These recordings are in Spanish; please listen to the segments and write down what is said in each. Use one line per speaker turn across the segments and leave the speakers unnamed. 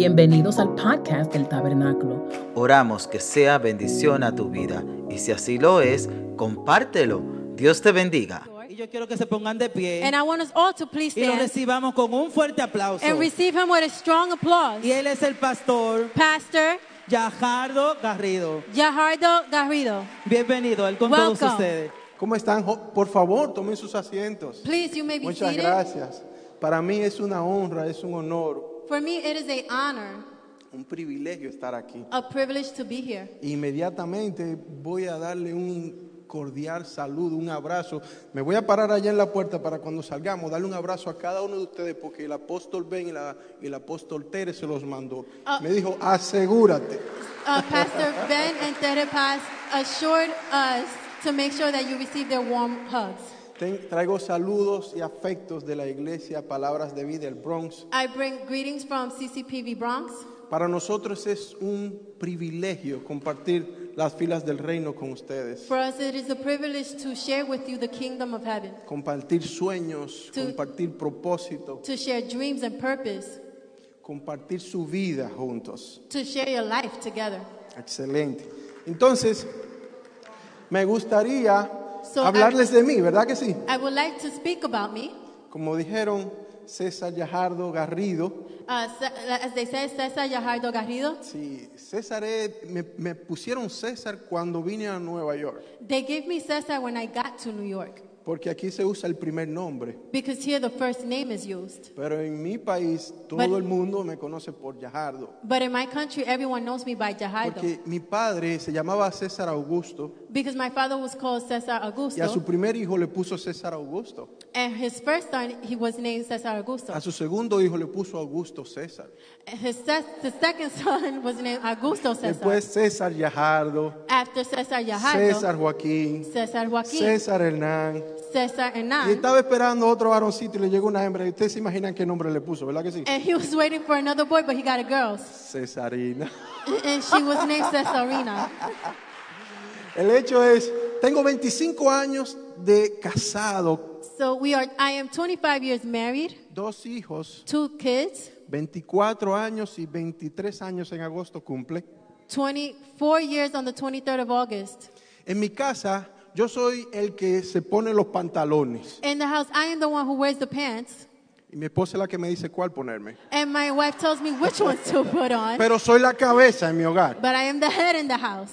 Bienvenidos al podcast del Tabernáculo.
Oramos que sea bendición a tu vida y si así lo es, compártelo. Dios te bendiga.
Y yo quiero que se pongan de pie
And I want us all to please
y lo
stand
recibamos con un fuerte aplauso.
and receive him with a strong applause.
Y él es el pastor
Pastor
Yajardo Garrido.
Yajardo Garrido.
Bienvenido, él con todos
Welcome.
ustedes.
¿Cómo están? Jo- Por favor, tomen sus asientos.
Please, you may be
Muchas
seated.
gracias. Para mí es una honra, es un honor,
For me, it is a honor,
un privilegio estar aquí.
a privilege to be here.
Inmediatamente voy a darle un cordial saludo, un abrazo. Me voy a parar allá en la puerta para cuando salgamos darle un abrazo a cada uno de ustedes porque el apóstol Ben y, la- el apóstol Tere se los mandó.
Ah.
Me dijo, asegúrate.
Uh, Pastor Ben and Tere Paz assured us to make sure that you receive their warm hugs.
Ten- traigo saludos y afectos de la iglesia Palabras de Vida, el Bronx.
I bring greetings from CCPV Bronx.
Para nosotros es un privilegio compartir las filas del reino con ustedes,
For us, it is a privilege to share with you the kingdom of heaven,
compartir sueños,
To-
compartir propósito,
to share dreams and purpose,
compartir su vida juntos.
to share your life together.
Excelente. Entonces, me gustaría
So,
hablarles de mí, ¿verdad que sí?
I would like to speak about me.
Como dijeron César Yajardo Garrido,
Uh, Ce- as they say, Cesar Yajardo Garrido.
sí, César es- me, me pusieron César cuando vine a Nueva York,
They gave me Cesar when I got to New York
porque aquí se usa el primer nombre.
because here the first name is used.
Pero en mi país todo
But-
el mundo me conoce por Yajardo.
But in my country, everyone knows me by Yajardo
Porque mi padre se llamaba César Augusto
because my father was called Cesar
y a su
Augusto,
primer hijo le puso César Augusto.
and his first son he was named Cesar
A
Augusto.
su segundo hijo le puso Augusto César.
His, ses- his second son was named Augusto Cesar.
Después César Yajardo,
After Cesar Yajardo,
César Joaquín,
Cesar Joaquin,
César Hernán.
Cesar
Y
Hernan,
estaba esperando otro varoncito y le llegó una hembra. Y ustedes se imaginan qué nombre le puso, ¿verdad que sí?
and he was waiting for another boy, but he got a girl,
Cesarina.
and she was named Cesarina.
El hecho es, tengo 25 años de casado,
So we are. I am 25 years married,
dos hijos,
two kids.
24 años y 23 años en agosto cumple.
24 years on the 23rd of August.
En mi casa, yo soy el que se pone los pantalones.
In the house, I am the one who wears the pants,
Y mi esposa es la que me dice cuál ponerme.
and my wife tells me which ones to put on.
Pero soy la cabeza en mi hogar.
But I am the head in the house,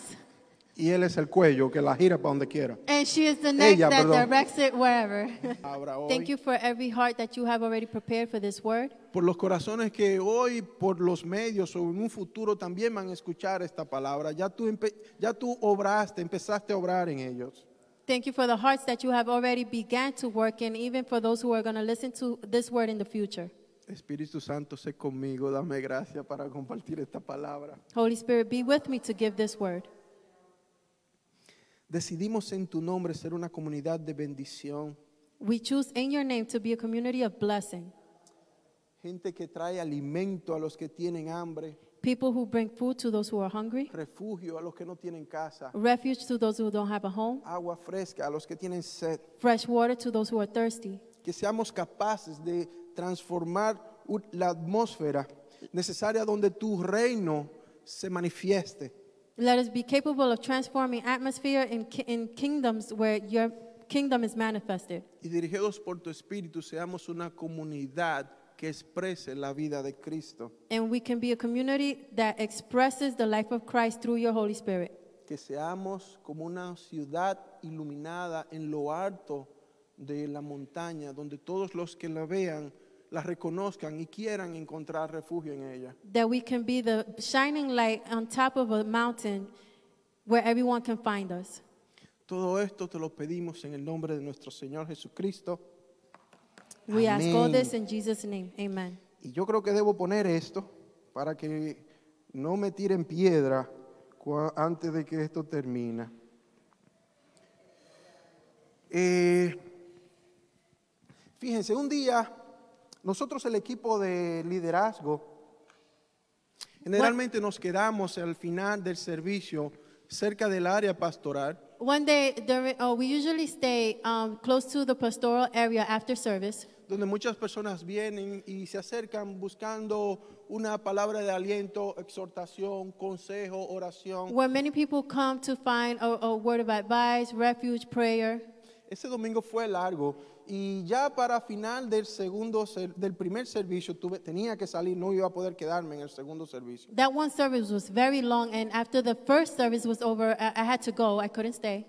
Y él es el cuello que la gira para donde quiera.
and she is the neck
Ella,
that
perdón.
directs it wherever.
Ahora hoy,
Thank you for every heart that you have already prepared for this word.
Por los corazones que hoy, por los medios o en un futuro también van a escuchar esta palabra. Ya tú, empe- ya tú obraste, empezaste a obrar en ellos.
Thank you for the hearts that you have already began to work in, even for those who are going to listen to this word in the future.
Espíritu Santo, sé conmigo, dame gracia para compartir esta palabra.
Holy Spirit, be with me to give this word.
Decidimos en tu nombre ser una comunidad de bendición,
We choose in your name to be a community of blessing,
gente que trae alimento a los que tienen hambre.
people who bring food to those who are hungry.
refugio a los que no tienen casa,
refuge to those who don't have a home,
agua fresca a los que tienen sed,
fresh water to those who are thirsty.
que seamos capaces de transformar u- la atmósfera necesaria donde tu reino se manifieste.
Let us be capable of transforming atmosphere in, ki- in kingdoms where your kingdom is manifested.
Y dirigidos por tu espíritu, seamos una comunidad que exprese la vida de Cristo,
And we can be a community that expresses the life of Christ through your Holy Spirit.
que seamos como una ciudad iluminada en lo alto de la montaña, donde todos los que la vean la reconozcan y quieran encontrar refugio en ella.
That we can be the shining light on top of a mountain where everyone can find us.
Todo esto te lo pedimos en el nombre de nuestro Señor Jesucristo.
We ask all
Amén.
this in Jesus' name. Amen.
Y yo creo que debo poner esto para que no me tiren piedra cua- antes de que esto termine. Eh, fíjense, un día nosotros el equipo de liderazgo generalmente nos quedamos al final del servicio cerca del área pastoral
One day, during, oh, we usually stay um, close to the pastoral area after service
donde muchas personas vienen y se acercan buscando una palabra de aliento, exhortación, consejo, oración.
Where many people come to find a, a word of advice, refuge, prayer.
Ese domingo fue largo y ya para final del segundo ser- del primer servicio tuve tenía que salir, no iba a poder quedarme en el segundo servicio.
That one service was very long, and after the first service was over, I, I had to go. I couldn't stay.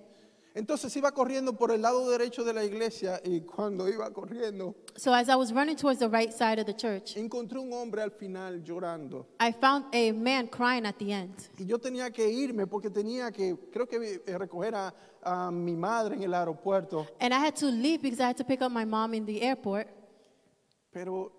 Entonces iba corriendo por el lado derecho de la iglesia y cuando iba corriendo
So as I was running towards the right side of the church,
encontré un hombre al final llorando.
I found a man crying at the end.
Y yo tenía que irme porque tenía que, creo que eh, recoger a, a mi madre en el aeropuerto,
And I had to leave because I had to pick up my mom in the airport.
pero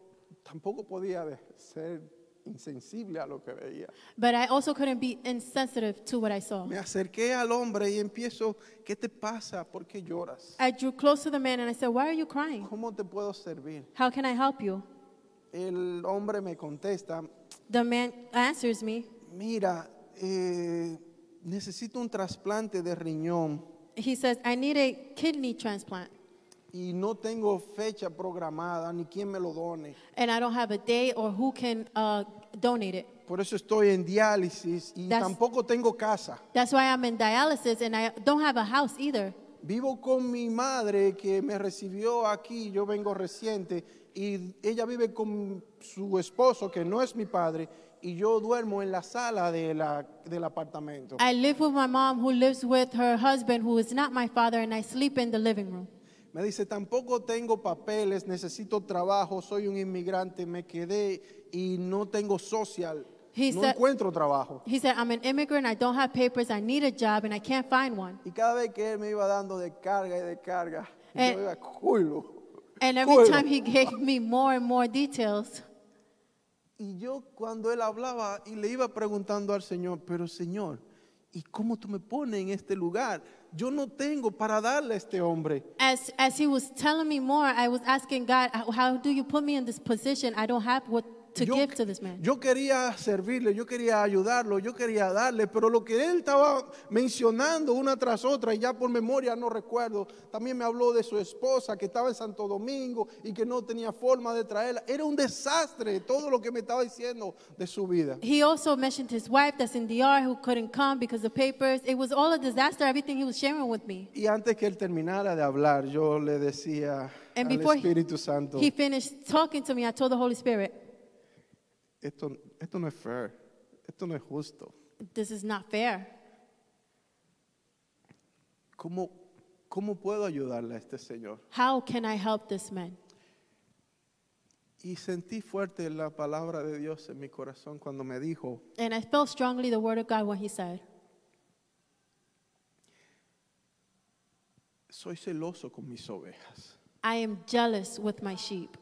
tampoco podía de- ser insensible a lo que veía.
But I also couldn't be insensitive to what I saw.
Me acerqué al hombre y empiezo, ¿qué te pasa? ¿Por qué lloras?
I drew close to the man and I said, Why are you crying?
¿Cómo te puedo servir?
How can I help you?
El hombre me contesta,
The man answers me.
mira, eh, necesito un trasplante de riñón
He says, I need a kidney transplant
y no tengo fecha programada ni quién me lo done.
and I don't have a day or who can uh, donate it.
Por eso estoy en diálisis y
That's-
tampoco tengo casa.
That's why I'm in dialysis and I don't have a house either.
Vivo con mi madre que me recibió aquí, yo vengo reciente, y ella vive con su esposo que no es mi padre, y yo duermo en la sala de la- del apartamento.
I live with my mom who lives with her husband who is not my father and I sleep in the living room.
Me dice, tampoco tengo papeles, necesito trabajo, soy un inmigrante, me quedé y no tengo social,
He
no
said-
encuentro trabajo.
He said, I'm an immigrant, I don't have papers, I need a job and I can't find one.
Y cada vez que él me iba dando de carga y de carga,
Eh.
yo iba, culo.
And every
culo".
time he gave me more and more details.
Y yo cuando él hablaba y le iba preguntando al Señor, pero Señor, ¿y cómo tú me pones en este lugar? Yo no tengo para darle a este hombre.
As, as he was telling me more, I was asking God, "How- How do you put me in this position? I don't have what to
yo,
give to this man.
yo quería servirle, yo quería ayudarlo, yo quería darle, pero lo que él estaba mencionando una tras otra y ya por memoria no recuerdo, también me habló de su esposa que estaba en Santo Domingo y que no tenía forma de traerla. Era un desastre todo lo que me estaba diciendo de su vida.
He also mentioned his wife that's in DR who couldn't come because of papers. It was all a disaster, everything he was sharing with me.
Y antes que él terminara de hablar, yo le decía
And
al
before
Espíritu Santo,
he finished talking to me, I told the Holy Spirit,
esto, esto no es fair, esto no es justo.
This is not fair.
¿Cómo, cómo puedo ayudarle a este Señor?
How can I help this man?
Y sentí fuerte la palabra de Dios en mi corazón cuando me dijo,
And I felt strongly the word of God when he said,
soy celoso con mis ovejas.
I am jealous with my sheep.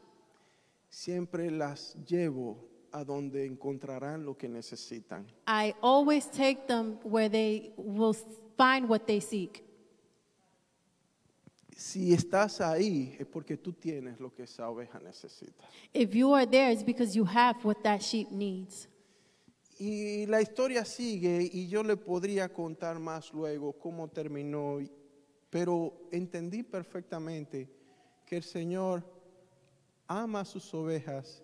Siempre las llevo a donde encontrarán lo que necesitan.
I always take them where they will find what they seek.
Si estás ahí es porque tú tienes lo que esa oveja necesita.
If you are there, it's because you have what that sheep needs.
Y la historia sigue y yo le podría contar más luego cómo terminó, y- pero entendí perfectamente que el Señor ama a sus ovejas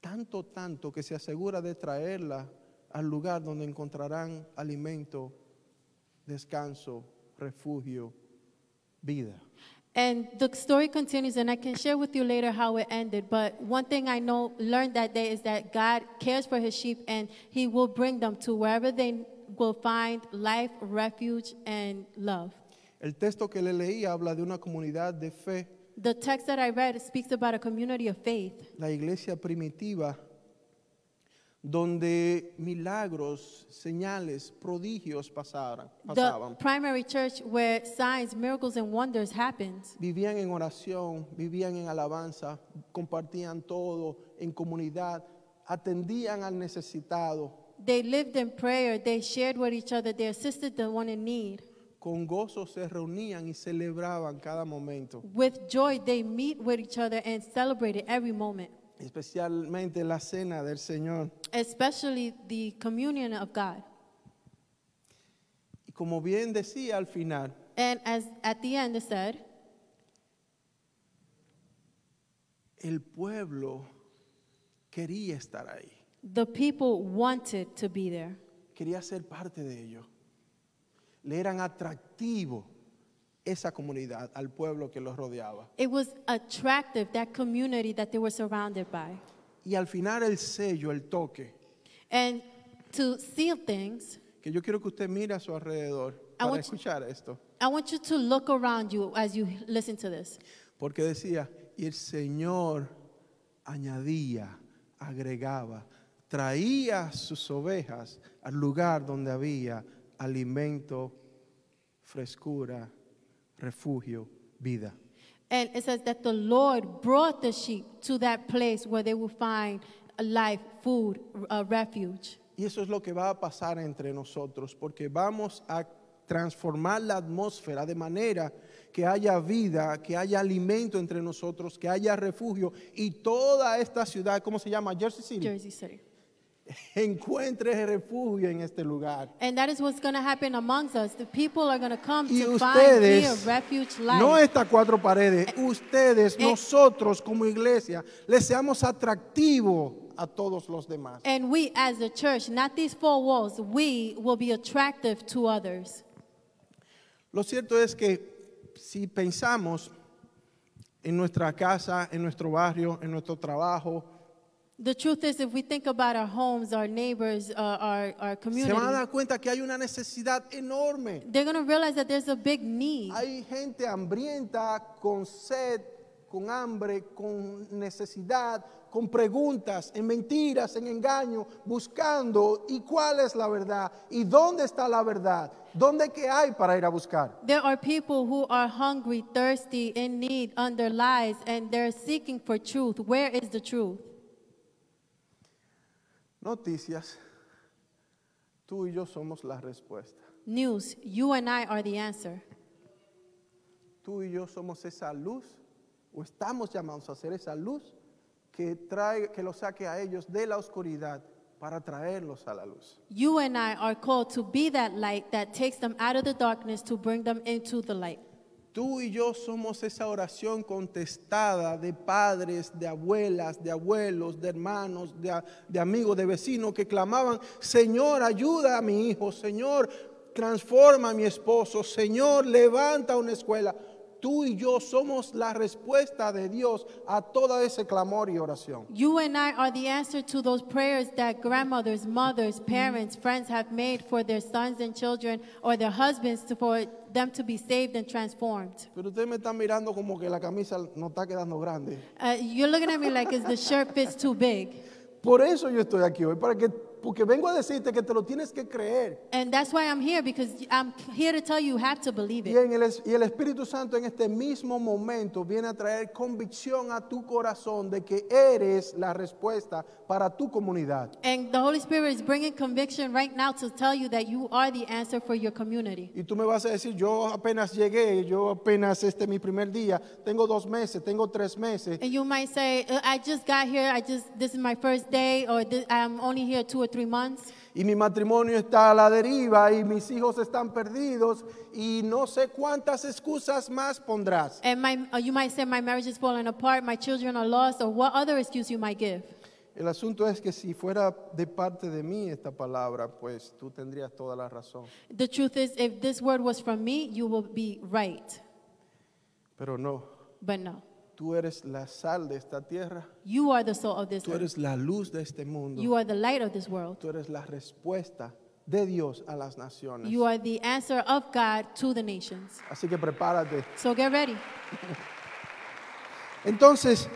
tanto, tanto que se asegura de traerla al lugar donde encontrarán alimento, descanso, refugio, vida.
And the story continues, and I can share with you later how it ended. But one thing I know learned that day is that God cares for His sheep, and He will bring them to wherever they will find life, refuge, and love.
El texto que le leí habla de una comunidad de fe
The text that I read speaks about a community of faith,
la iglesia primitiva, donde milagros, señales, prodigios pasaran-
the
pasaban.
primary church where signs, miracles, and wonders happened.
Vivían en oración, vivían en alabanza, compartían todo en comunidad, atendían al necesitado
They lived in prayer. They shared with each other. They assisted the one in need.
con gozo se reunían y celebraban cada momento,
With joy, they meet with each other and celebrated every moment,
especialmente la cena del Señor.
especially the communion of God.
Y como bien decía al final,
And as at the end it said,
El pueblo quería estar ahí,
The people wanted to be there.
quería ser parte de ello. Le eran atractivo esa comunidad al pueblo que los rodeaba.
It was attractive, that community that they were surrounded by.
Y al final el sello, el toque,
And to seal things,
que yo quiero que usted mire a su alrededor para
want-
escuchar esto.
I want you to look around you as you listen to this.
Porque decía, y el Señor añadía, agregaba, traía sus ovejas al lugar donde había alimento, frescura, refugio, vida.
And it says that the Lord brought the sheep to that place where they will find life, food, a refuge.
Y eso es lo que va a pasar entre nosotros, porque vamos a transformar la atmósfera de manera que haya vida, que haya alimento entre nosotros, que haya refugio y toda esta ciudad, ¿cómo se llama? Jersey City.
Jersey City.
encuentre refugio en este lugar.
And that is what's going to happen amongst us. The people are going to come
Y
to find here
ustedes,
refuge, life.
no estas cuatro paredes, ustedes,
eh.
nosotros como iglesia, les seamos atractivo a todos los demás.
and we, as the church, not these four walls, we will be attractive to others.
Lo cierto es que si pensamos en nuestra casa, en nuestro barrio, en nuestro trabajo,
The truth is, if we think about our homes, our neighbors, uh, our, our
se van a
community,
dar cuenta que hay una necesidad enorme.
they're going to realize that there's a big need.
Hay gente hambrienta, con sed, con hambre, con necesidad, con preguntas, en mentiras, en engaño, buscando y cuál es la verdad y dónde está la verdad, dónde que hay para ir a buscar.
There are people who are hungry, thirsty, in need, under lies, and they're seeking for truth. Where is the truth?
Noticias, tú y yo somos la respuesta.
News, you and I are the answer.
Tú y yo somos esa luz o estamos llamados a ser esa luz que trae que los saque a ellos de la oscuridad para traerlos a la luz.
You and I are called to be that light that takes them out of the darkness to bring them into the light.
Tú y yo somos esa oración contestada de padres, de abuelas, de abuelos, de hermanos, de, a- de amigos, de vecinos que clamaban, Señor, ayuda a mi hijo, Señor, transforma a mi esposo, Señor, levanta una escuela. Tú y yo somos la respuesta de Dios a todo ese clamor y oración.
You and I are the answer to those prayers that grandmothers, mothers, parents, friends have made for their sons and children or their husbands to, for them to be saved and transformed.
Pero ustedes me están mirando como que la camisa no está quedando grande.
Uh, you're looking at me like, is the shirt fits too big?
Por eso yo estoy aquí hoy, para que, porque vengo a decirte que te lo tienes que creer.
And that's why I'm here because I'm here to tell you you have to believe
Y,
it.
en el, es- y el Espíritu Santo en este mismo momento viene a traer convicción a tu corazón de que eres la respuesta para tu comunidad.
And the Holy Spirit is bringing conviction right now to tell you that you are the answer for your community.
Y tú me vas a decir, yo apenas llegué, yo apenas este mi primer día, tengo dos meses, tengo tres meses.
And you might say, "Uh, I just got here. I just this is my first day, or "Th- I'm only here two or three months,
y mi matrimonio está a la deriva y mis hijos están perdidos y no sé cuántas excusas más pondrás.
and my uh, you might say my marriage is falling apart, my children are lost, or what other excuse you might give.
El asunto es que si fuera de parte de mí esta palabra, pues tú tendrías toda la razón.
The truth is, if this word was from me, you will be right.
Pero no,
But no,
Tú eres la sal de esta tierra.
you are the soul of this
Tú
earth.
eres la luz de este
You
mundo.
are the light of this world.
Tú eres la respuesta de Dios a las naciones.
You are the answer of God to the nations.
Así que prepárate.
So get ready.
Entonces,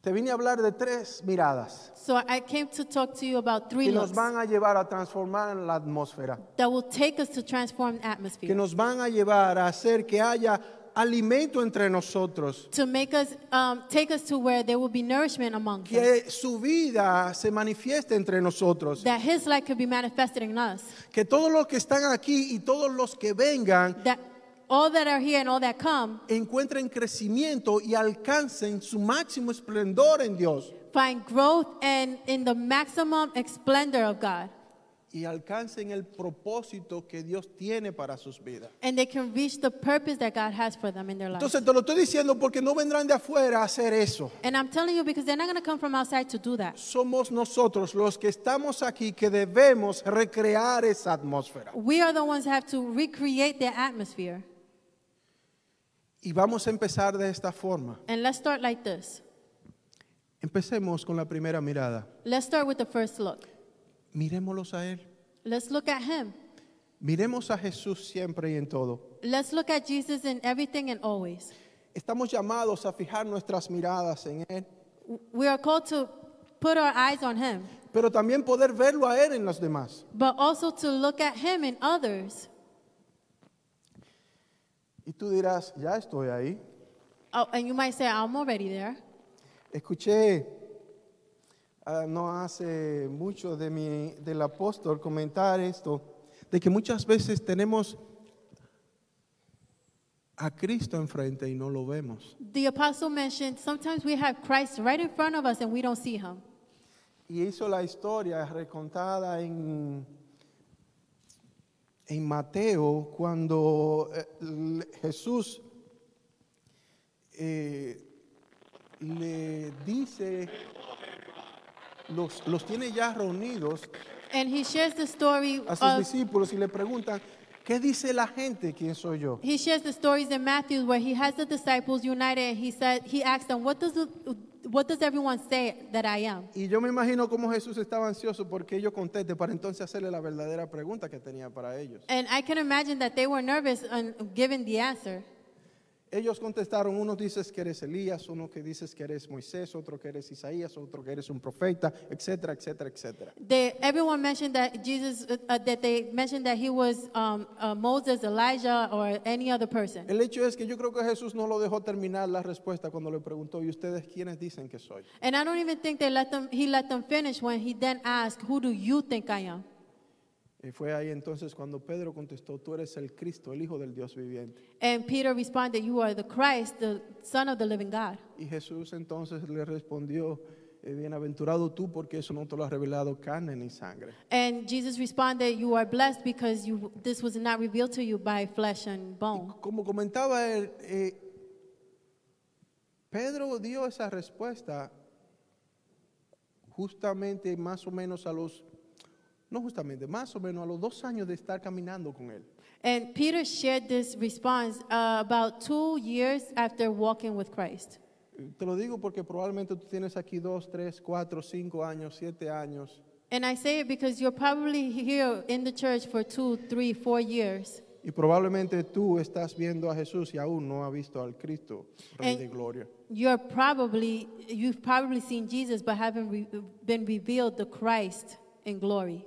te vine a hablar de tres miradas
So I came to talk to you about three
que nos
looks
van a llevar a transformar la atmósfera,
that will take us to transform
que
atmosphere,
nos van a llevar a hacer que haya alimento entre nosotros,
to make us um, take us to where there will be nourishment among us,
que su vida se manifieste entre nosotros,
that His light could be manifested in us,
que todos los que están aquí y todos los que vengan
that all that are here and all that come
encuentren crecimiento y alcancen su máximo esplendor en Dios.
find growth and in the maximum splendor of God.
y alcancen el propósito que Dios tiene para sus vidas.
and they can reach the purpose that God has for them in their life.
Entonces te lo estoy diciendo porque no vendrán de afuera a hacer eso.
And I'm telling you because they're not going to come from outside to do that.
Somos nosotros los que estamos aquí que debemos recrear esa atmósfera.
We are the ones that have to recreate their atmosphere.
Y vamos a empezar de esta forma.
And let's start like this.
Empecemos con la primera mirada.
Let's start with the first look.
Miremoslos a Él.
Let's look at him.
Miremos a Jesús siempre y en todo.
Let's look at Jesus in everything and always.
Estamos llamados a fijar nuestras miradas en Él,
We are called to put our eyes on him,
pero también poder verlo a Él en los demás.
but also to look at him in others.
Y tú dirás, ya estoy ahí.
Oh, and you might say, I'm already there.
Escuché ah, no hace mucho de mi, del apóstol comentar esto, de que muchas veces tenemos a Cristo enfrente y no lo vemos.
The apostle mentioned sometimes we have Christ right in front of us and we don't see him.
Y hizo la historia recontada en, en Mateo cuando eh, l- Jesús eh, le dice, los, los tiene ya reunidos
And he shares the story
a sus
of
discípulos y le preguntan, ¿qué dice la gente? ¿Quién soy yo?
He shares the stories in Matthew where he has the disciples united and he said he asked them, What does what does everyone say that I am?
Y yo me imagino cómo Jesús estaba ansioso porque ellos contesten para entonces hacerle la verdadera pregunta que tenía para ellos.
And I can imagine that they were nervous on giving the answer.
Ellos contestaron, uno dices que eres Elías, uno que dices que eres Moisés, otro que eres Isaías, otro que eres un profeta, etcétera, etcétera, etcétera.
They, everyone mentioned that Jesus, uh, uh, that they mentioned that he was um, uh, Moses, Elijah, or any other person.
El hecho es que yo creo que Jesús no lo dejó terminar la respuesta cuando le preguntó, ¿y ustedes quiénes dicen que soy?
And I don't even think they let them. He let them finish when he then asked, "Who do you think I am?"
Y fue ahí entonces cuando Pedro contestó, tú eres el Cristo, el Hijo del Dios viviente.
And Peter responded, "You are the Christ, the Son of the Living God."
Y Jesús entonces le respondió, "Eh, bienaventurado tú porque eso no te lo ha revelado carne ni sangre.
And Jesus responded, You are blessed because you, this was not revealed to you by flesh and bone.
Como comentaba él, eh, Pedro dio esa respuesta justamente más o menos a los, no justamente, más o menos a los dos años de estar caminando con él.
And Peter shared this response uh, about two years after walking with Christ.
Te lo digo porque probablemente tú tienes aquí dos, tres, cuatro, cinco años, siete años,
And I say it because you're probably here in the church for two, three, four years.
y probablemente tú estás viendo a Jesús y aún no has visto al Cristo, Rey
And-
de Gloria.
You're probably, you've probably seen Jesus, but haven't re- been revealed the Christ in glory.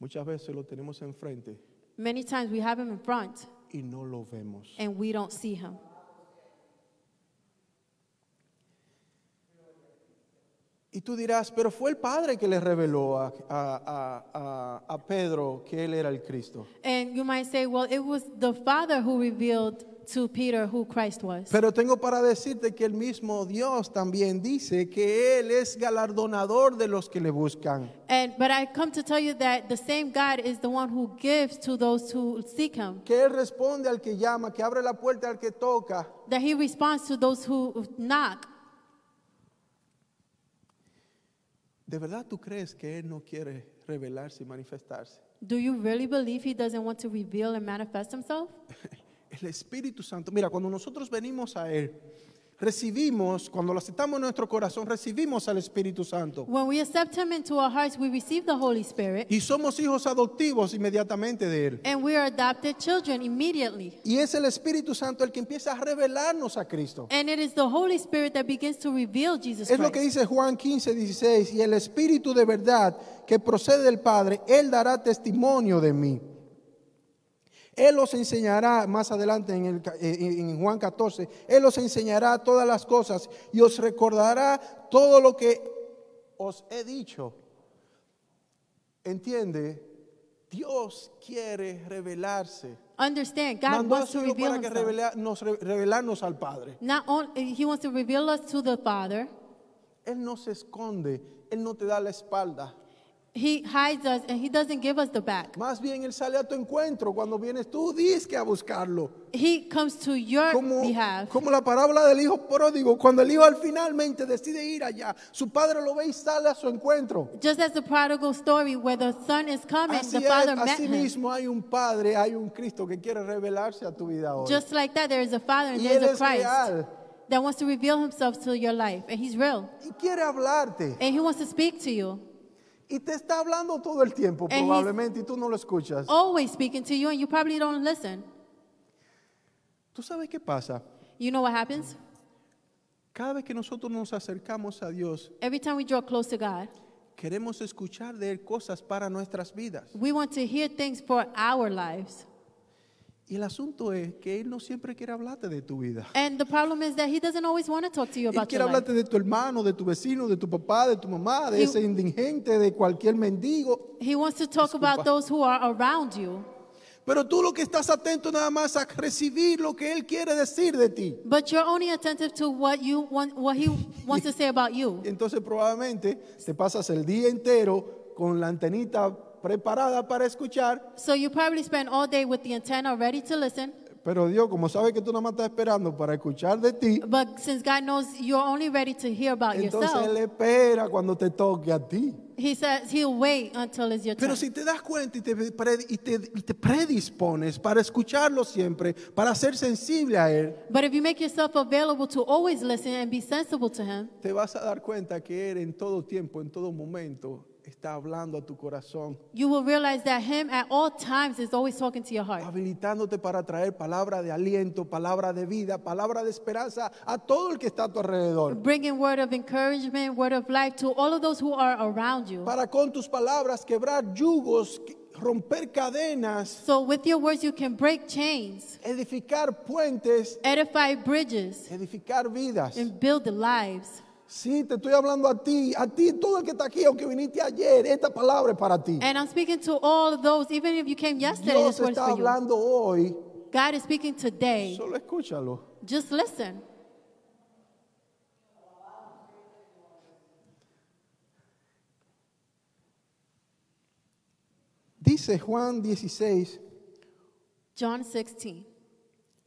Muchas veces lo tenemos enfrente
Many times we have him in front
y no lo vemos.
and we don't see him.
Y tú dirás, pero fue el Padre que le reveló a, a- a- a- a Pedro que él era el Cristo.
And you might say, well, it was the Father who revealed to Peter who Christ was.
Pero tengo para decirte que el mismo Dios también dice que Él es galardonador de los que le buscan.
and but I come to tell you that the same God is the one who gives to those who seek him.
Que Él responde al que llama, que abre la puerta al que toca.
That he responds to those who knock.
¿De verdad tú crees que Él no quiere revelarse y manifestarse?
Do you really believe he doesn't want to reveal and manifest himself?
El Espíritu Santo, mira, cuando nosotros venimos a Él, recibimos, cuando lo aceptamos en nuestro corazón, recibimos al Espíritu Santo.
When we accept him into our hearts, we receive the Holy Spirit
Y somos hijos adoptivos inmediatamente de Él.
and we are adopted children immediately.
Y es el Espíritu Santo el que empieza a revelarnos a Cristo.
And it is the Holy Spirit that begins to reveal Jesus
Es lo
Christ.
que dice Juan 15, 16, y el Espíritu de verdad que procede del Padre, Él dará testimonio de mí. Él os enseñará, más adelante en, el ca- eh, en en Juan 14, Él os enseñará todas las cosas y os recordará todo lo que os he dicho. ¿Entiende? Dios quiere revelarse.
Understand, God
Mandó a
wants
su
to
hijo
reveal
para que
himself.
revela- nos re- revelarnos al Padre.
Not only he wants to reveal us to the Father,
Él no se esconde, Él no te da la espalda.
He hides us and he doesn't give us the back.
Más bien Él sale a tu encuentro cuando vienes tú, disque a buscarlo.
He comes to your
Como,
behalf.
como la parábola del hijo pródigo, cuando el hijo al finalmente decide ir allá, su padre lo ve y sale a su encuentro.
Just as the prodigal story where the son is coming,
Así,
the
es,
father met
así
him.
mismo hay un padre, hay un Cristo que quiere revelarse a tu vida hoy.
Just like that, there is a father and
Y
there's
él
a
es
Christ
real.
that wants to reveal himself to your life. And he's real.
y quiere hablarte.
And he wants to speak to you.
Y te está hablando todo el tiempo
he's- Oh.
probablemente y tú no lo escuchas.
Always speaking to you, and you probably don't listen.
¿Tú sabes qué pasa?
You know what happens?
Cada vez que nosotros nos acercamos a Dios,
Every time we draw close to God,
queremos escuchar de Él cosas para nuestras vidas.
we want to hear things for our lives.
Y el asunto es que Él no siempre quiere hablarte de tu vida.
And the problem is that he doesn't always want to talk to you
Él
about
quiere
your life.
hablarte de tu hermano, de tu vecino, de tu papá, de tu mamá, de
He-
ese indigente, de cualquier mendigo.
He wants to talk
Disculpa.
about those who are around you.
Pero tú lo que estás atento nada más a recibir lo que Él quiere decir de ti.
But you're only attentive to what you want, what he wants to say about you.
Y entonces probablemente te pasas el día entero con la antenita preparada para escuchar,
So you probably spend all day with the antenna ready to listen.
pero Dios, como sabe que tú nada más estás esperando para escuchar de ti,
But since God knows you're only ready to hear about
entonces Él
yourself,
espera cuando te toque a ti.
He says He'll wait until it's your
Pero
turn.
si te das cuenta y te, pre- y te- y te predispones para escucharlo siempre, para ser sensible a Él,
But if you make yourself available to always listen and be sensible to Him,
te vas a dar cuenta que Él en todo tiempo, en todo momento, está hablando a tu corazón,
you will realize that Him at all times is always talking to your heart,
habilitándote para traer palabra de aliento, palabra de vida, palabra de esperanza a todo el que está a tu alrededor.
bringing word of encouragement, word of life to all of those who are around you.
para con tus palabras quebrar yugos, que- romper cadenas,
So with your words, you can break chains,
edificar puentes,
edify bridges,
edificar vidas.
and build the lives.
Sí, te estoy hablando a ti, a ti, todo el que está aquí, aunque viniste ayer, esta palabra es para ti.
And I'm speaking to all of those, even if you came yesterday,
Hmm. Dios
this word is
está
for you.
hablando hoy,
God is speaking today.
solo escúchalo.
Just listen.
Dice Juan 16,
John 16.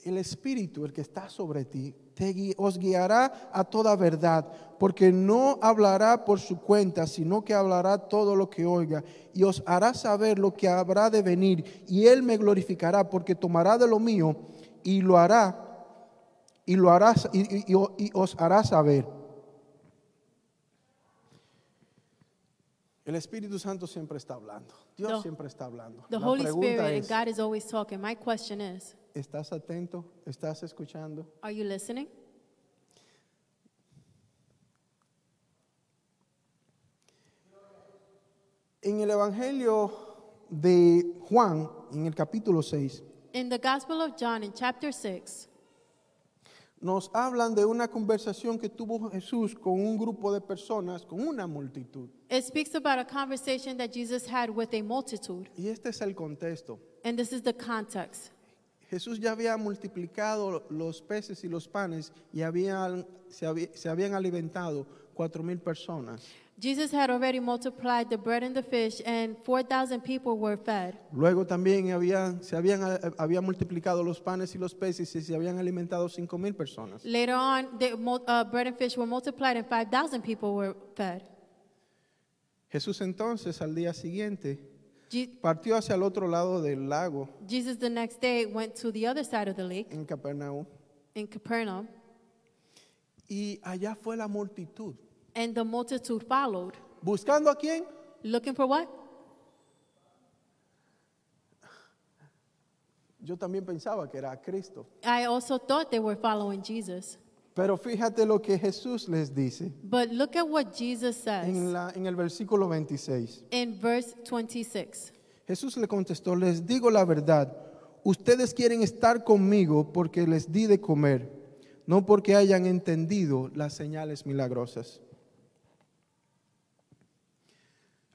el Espíritu, el que está sobre ti, te gui- os guiará a toda verdad, porque no hablará por su cuenta, sino que hablará todo lo que oiga, y os hará saber lo que habrá de venir, y él me glorificará, porque tomará de lo mío y lo hará, y lo hará, y, y- y- y os hará saber. El Espíritu Santo siempre está hablando. Dios
No.
siempre está hablando.
The
La
Holy
pregunta
Spirit and
es,
God is always talking. My question is
¿estás atento? ¿Estás escuchando?
Are you listening?
En el Evangelio de Juan, en el capítulo 6,
In the Gospel of John, in chapter 6,
nos hablan de una conversación que tuvo Jesús con un grupo de personas, con una multitud.
it speaks about a conversation that Jesus had with a multitude.
Y este es el contexto.
And this is the context.
Jesús ya había multiplicado los peces y los panes y habían, se, habí- se habían alimentado cuatro mil personas.
Jesus had already multiplied the bread and the fish, and 4,000 people were fed.
Luego también habían, se habían, eh, habían multiplicado los panes y los peces y se habían alimentado cinco mil personas.
Later on, the mul- uh, bread and fish were multiplied, and 5,000 people were fed.
Jesús entonces al día siguiente
Je-
partió hacia el otro lado del lago
Jesus the next day went to the other side of the lake
en Capernaum
in Capernaum,
y allá fue la multitud.
and the multitude followed.
¿Buscando a quién?
Looking for what?
Yo también pensaba que era a Cristo.
I also thought they were following Jesus.
Pero fíjate lo que Jesús les dice
But look at what Jesus
en,
says
la- en el versículo 26.
in verse 26.
Jesús le contestó, les digo la verdad, ustedes quieren estar conmigo porque les di de comer, no porque hayan entendido las señales milagrosas.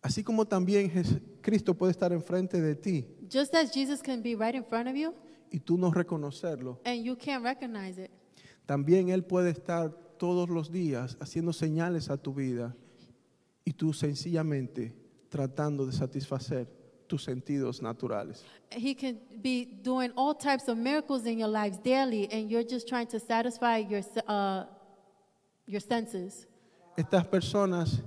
Así como también Jes- Cristo puede estar enfrente de ti
Just as Jesus can be right in front of you
y tú no reconocerlo,
and you can't recognize it,
También Él puede estar todos los días haciendo señales a tu vida y tú sencillamente tratando de satisfacer tus sentidos naturales.
He can be doing all types of miracles in your lives daily, and you're just trying to satisfy your, se- uh, your senses.
Estas personas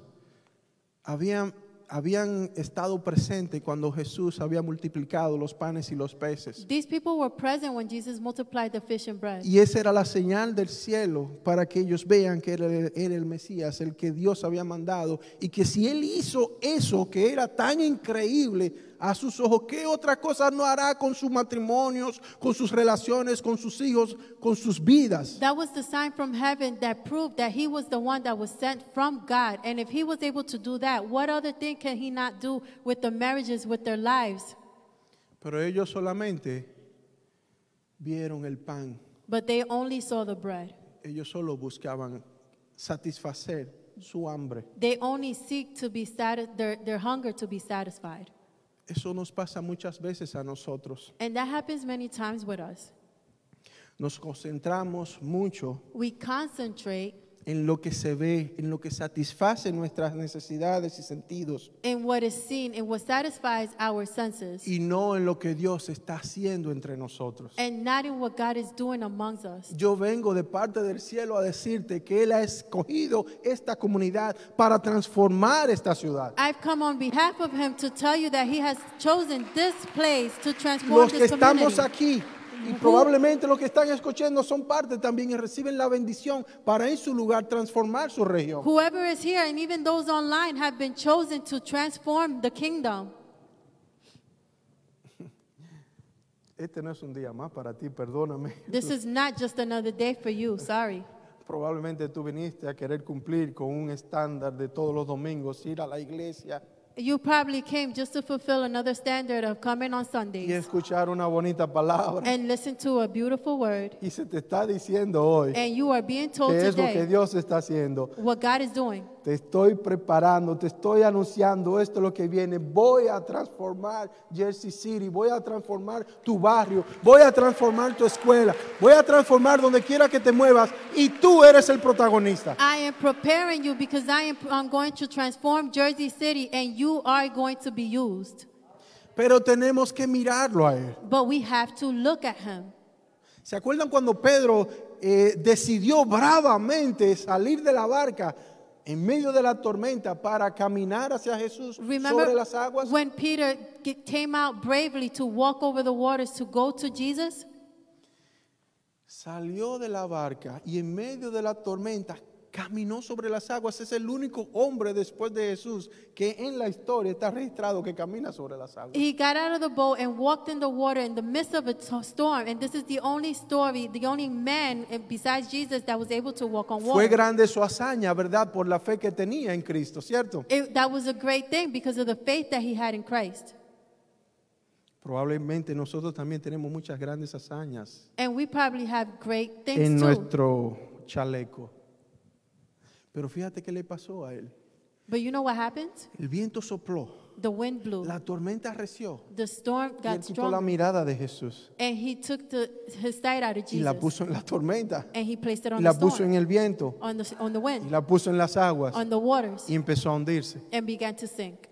habían, habían estado presentes cuando Jesús había multiplicado los panes y los peces.
These people were present when Jesus multiplied the fish and bread.
Y esa era la señal del cielo para que ellos vean que era el, era el Mesías, el que Dios había mandado, y que si Él hizo eso que era tan increíble a sus ojos, ¿qué otra cosa no hará con sus matrimonios, con sus relaciones, con sus hijos, con sus vidas?
That was the sign from heaven that proved that he was the one that was sent from God. And if he was able to do that, what other thing can he not do with the marriages, with their lives?
Pero ellos solamente vieron el pan,
But they only saw the bread.
ellos solo buscaban satisfacer su hambre.
They only seek to be sati- their, their hunger to be satisfied.
Eso nos pasa muchas veces a nosotros.
And that happens many times with us.
Nos concentramos mucho
We concentrate
en lo que se ve, en lo que satisface nuestras necesidades y sentidos,
in what is seen and what satisfies our senses
y no en lo que Dios está haciendo entre nosotros.
and not in what God is doing amongst us.
Yo vengo de parte del cielo a decirte que Él ha escogido esta comunidad para transformar esta ciudad.
I've come on behalf of him to tell you that he has chosen this place to transform
Los que
this community.
estamos aquí y probablemente los que están escuchando son parte también y reciben la bendición para en su lugar transformar su región.
Whoever is here and even those online have been chosen to transform the kingdom.
Este no es un día más para ti, perdóname.
This is not just another day for you, sorry.
Probablemente tú viniste a querer cumplir con un estándar de todos los domingos, ir a la iglesia
You probably came just to fulfill another standard of coming on
y
Sundays
escuchar una bonita palabra.
and listen to a beautiful word.
Y se te está diciendo hoy
And you are being told
que es lo que
Eh, today
Dios está haciendo.
what God is doing.
Te estoy preparando, te estoy anunciando esto es lo que viene. Voy a transformar Jersey City, voy a transformar tu barrio, voy a transformar tu escuela, voy a transformar donde quiera que te muevas y tú eres el protagonista.
I am preparing you because I am I'm going to transform Jersey City and you are going to be used.
Pero tenemos que mirarlo a él.
But we have to look at him.
¿Se acuerdan cuando Pedro eh, decidió bravamente salir de la barca en medio de la tormenta para caminar hacia Jesús sobre
Remember
las aguas?
when Peter g- came out bravely to walk over the waters to go to Jesus?
Salió de la barca y en medio de la tormenta caminó sobre las aguas. Es el único hombre después de Jesús que en la historia está registrado que camina sobre las aguas.
He got out of the boat and walked in the water in the midst of a t- storm. And this is the only story, the only man eh, besides Jesus that was able to walk on
Fue
water.
grande su hazaña, ¿verdad? Por la fe que tenía en Cristo, ¿cierto?
It- that was a great thing because of the faith that he had in Christ.
Probablemente nosotros también tenemos muchas grandes hazañas.
And we probably have great things
en
too.
nuestro chaleco. Pero fíjate qué le pasó a él.
But you know what happened?
El viento sopló,
The wind blew.
la tormenta arreció
the storm
y él
got
quitó la
strong.
mirada de Jesús
And he took the, his sight out of
y la
Jesus.
puso en la tormenta,
and he placed it
y
on
la
the
puso
storm,
en el viento,
on, the, on the wind.
y la puso en las aguas
on the waters
y empezó a hundirse.
and began to sink.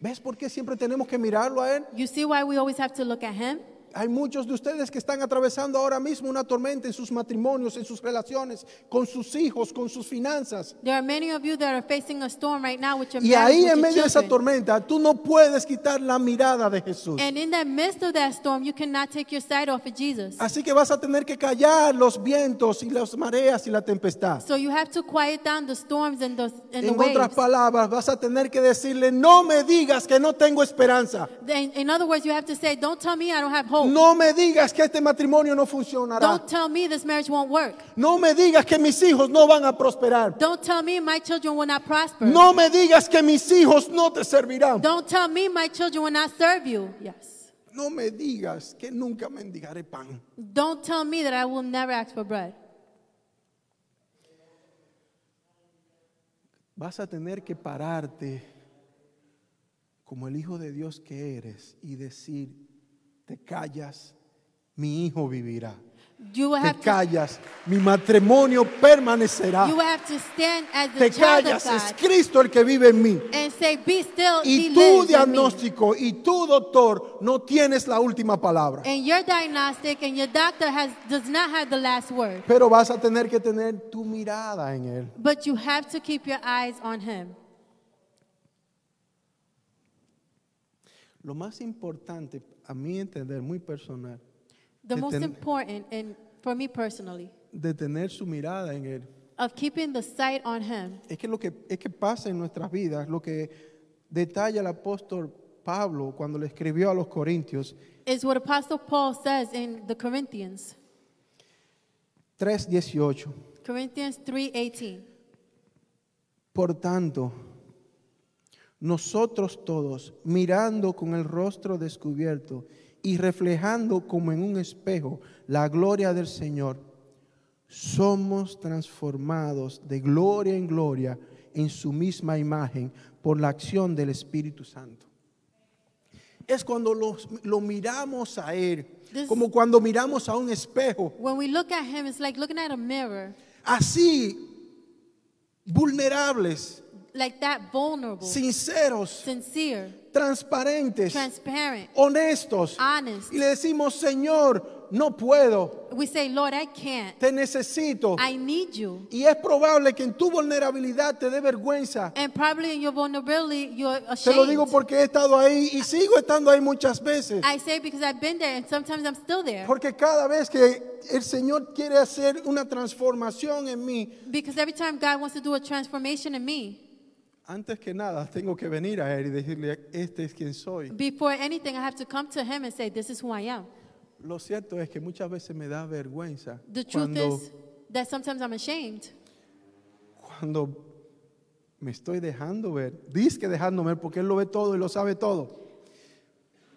¿Ves por qué siempre tenemos que mirarlo a él?
You see why we always have to look at him?
Hay muchos de ustedes que están atravesando ahora mismo una tormenta en sus matrimonios, en sus relaciones, con sus hijos, con sus finanzas.
There are many of you that are facing a storm right now with your
Y ahí
marriage,
en
with
medio de
your
esa
children.
tormenta, tú no puedes quitar la mirada de Jesús.
And in the midst of that storm, you cannot take your sight off of Jesus.
Así que vas a tener que callar los vientos y las mareas y la tempestad.
So you have to quiet down the storms and the, and the
En otras
waves.
palabras, vas a tener que decirle, no me digas que no tengo esperanza.
In, in other words, you have to say, don't tell me I don't have hope.
No me digas que este matrimonio no funcionará.
Don't tell me this marriage won't work.
No me digas que mis hijos no van a prosperar.
Don't tell me my children will not prosper.
No me digas que mis hijos no te servirán.
Don't tell me my children will not serve you. Yes.
No me digas que nunca mendigaré pan.
Don't tell me that I will never ask for bread.
Vas a tener que pararte como el hijo de Dios que eres y decir, te callas, mi hijo vivirá.
You will
Te
have to,
callas, mi matrimonio permanecerá.
you will have to stand as the
Te
child
callas,
of
es
God
Cristo el que vive en mí.
and say, Be still, he
Y tu
lives in me."
diagnóstico y tu doctor no tienes la última palabra.
And your diagnostic and your doctor has does not have the last word.
Pero vas a tener que tener tu mirada en Él.
But you have to keep your eyes on him.
Lo más importante, a mi entender, muy personal,
The
De
most
ten-
important, and for me personally,
de tener su mirada en Él.
of keeping the sight on him.
Es que lo que, es que pasa en nuestras vidas, lo que detalla el apóstol Pablo cuando le escribió a los Corintios
is what Apostle Paul says in the Corinthians,
3:18.
Corinthians 3:18.
Por tanto, nosotros todos, mirando con el rostro descubierto y reflejando como en un espejo la gloria del Señor, somos transformados de gloria en gloria en su misma imagen por la acción del Espíritu Santo. Es cuando los- lo miramos a Él,
This-
como cuando miramos a un espejo.
When we look at him, it's like looking at a mirror,
Así, vulnerables,
like that vulnerable,
sinceros,
sincere,
transparentes,
transparent,
honestos.
honest.
Y le decimos, Señor, no puedo,
We say, Lord, I can't.
te necesito.
I need you.
Y es probable que en tu vulnerabilidad te dé vergüenza.
And probably in your vulnerability, you're
Te
ashamed.
lo digo porque he estado ahí y sigo estando ahí muchas veces.
I say because I've been there, and sometimes I'm still there.
Porque cada vez que el Señor quiere hacer una transformación en mí,
Because every time God wants to do a transformation in me,
antes que nada tengo que venir a Él y decirle, este es quien soy.
before anything, I have to come to him and say, This is who I am.
Lo cierto es que muchas veces me da vergüenza
The truth
cuando,
is that sometimes I'm ashamed.
cuando me estoy dejando ver, dice que dejándome ver porque Él lo ve todo y lo sabe todo.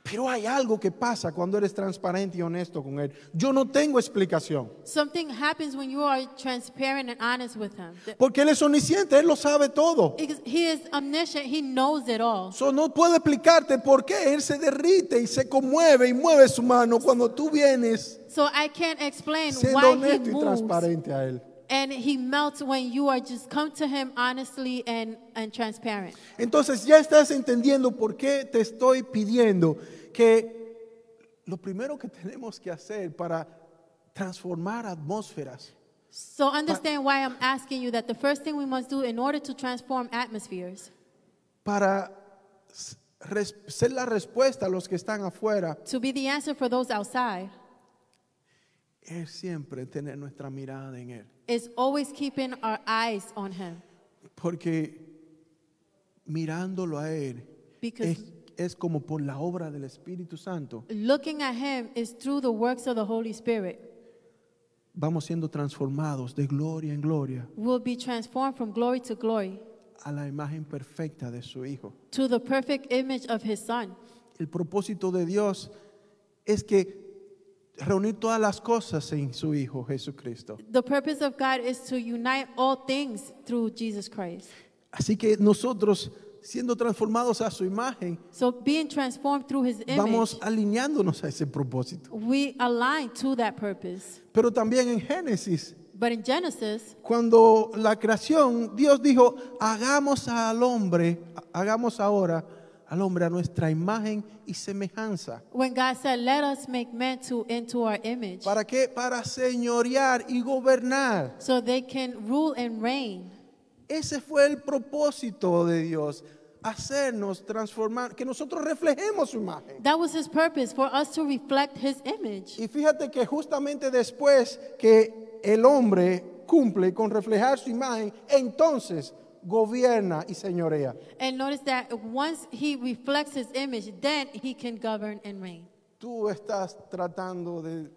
Pero hay algo que pasa cuando eres transparente y honesto con Él. Yo no tengo explicación.
Something happens when you are transparent and honest with him. The-
Porque Él es omnisciente, Él lo sabe todo.
because He is omniscient, he knows it all.
So, no puedo explicarte por qué Él se derrite y se conmueve y mueve su mano cuando tú vienes
So I can't explain
siendo
why he
honesto y
moves
transparente a Él.
and he melts when you are just come to him honestly and, and transparent.
Entonces ya estás entendiendo por qué te estoy pidiendo que lo primero que tenemos que hacer para transformar atmósferas
So understand why I'm asking you that the first thing we must do in order to transform atmospheres
para s- res- ser la respuesta a los que están afuera
to be the answer for those outside
es siempre tener nuestra mirada en Él.
is always keeping our eyes on him.
Porque mirándolo a Él
Because-
es, es como por la obra del Espíritu Santo
Looking at him is through the works of the Holy Spirit.
vamos siendo transformados de gloria en gloria
We'll be transformed from glory to glory.
a la imagen perfecta de su Hijo.
to the perfect image of his son.
El propósito de Dios es que reunir todas las cosas en su Hijo Jesucristo.
The purpose of God is to unite all things through Jesus Christ.
Así que nosotros, siendo transformados a su imagen,
So being transformed through his image,
vamos alineándonos a ese propósito.
we align to that purpose.
Pero también en Génesis,
But in Genesis,
cuando la creación, Dios dijo, hagamos al hombre, hagamos ahora al hombre a nuestra imagen y semejanza.
when God said, "Let us make man to into our image,
¿Para qué? Para señorear y gobernar.
so they can rule and reign."
Ese fue el propósito de Dios, hacernos transformar, que nosotros reflejemos su imagen.
That was his purpose for us to reflect his image.
Y fíjate que justamente después que el hombre cumple con reflejar su imagen, entonces gobierna y señorea.
And notice that once he reflects his image, then he can govern and reign.
Tú estás tratando de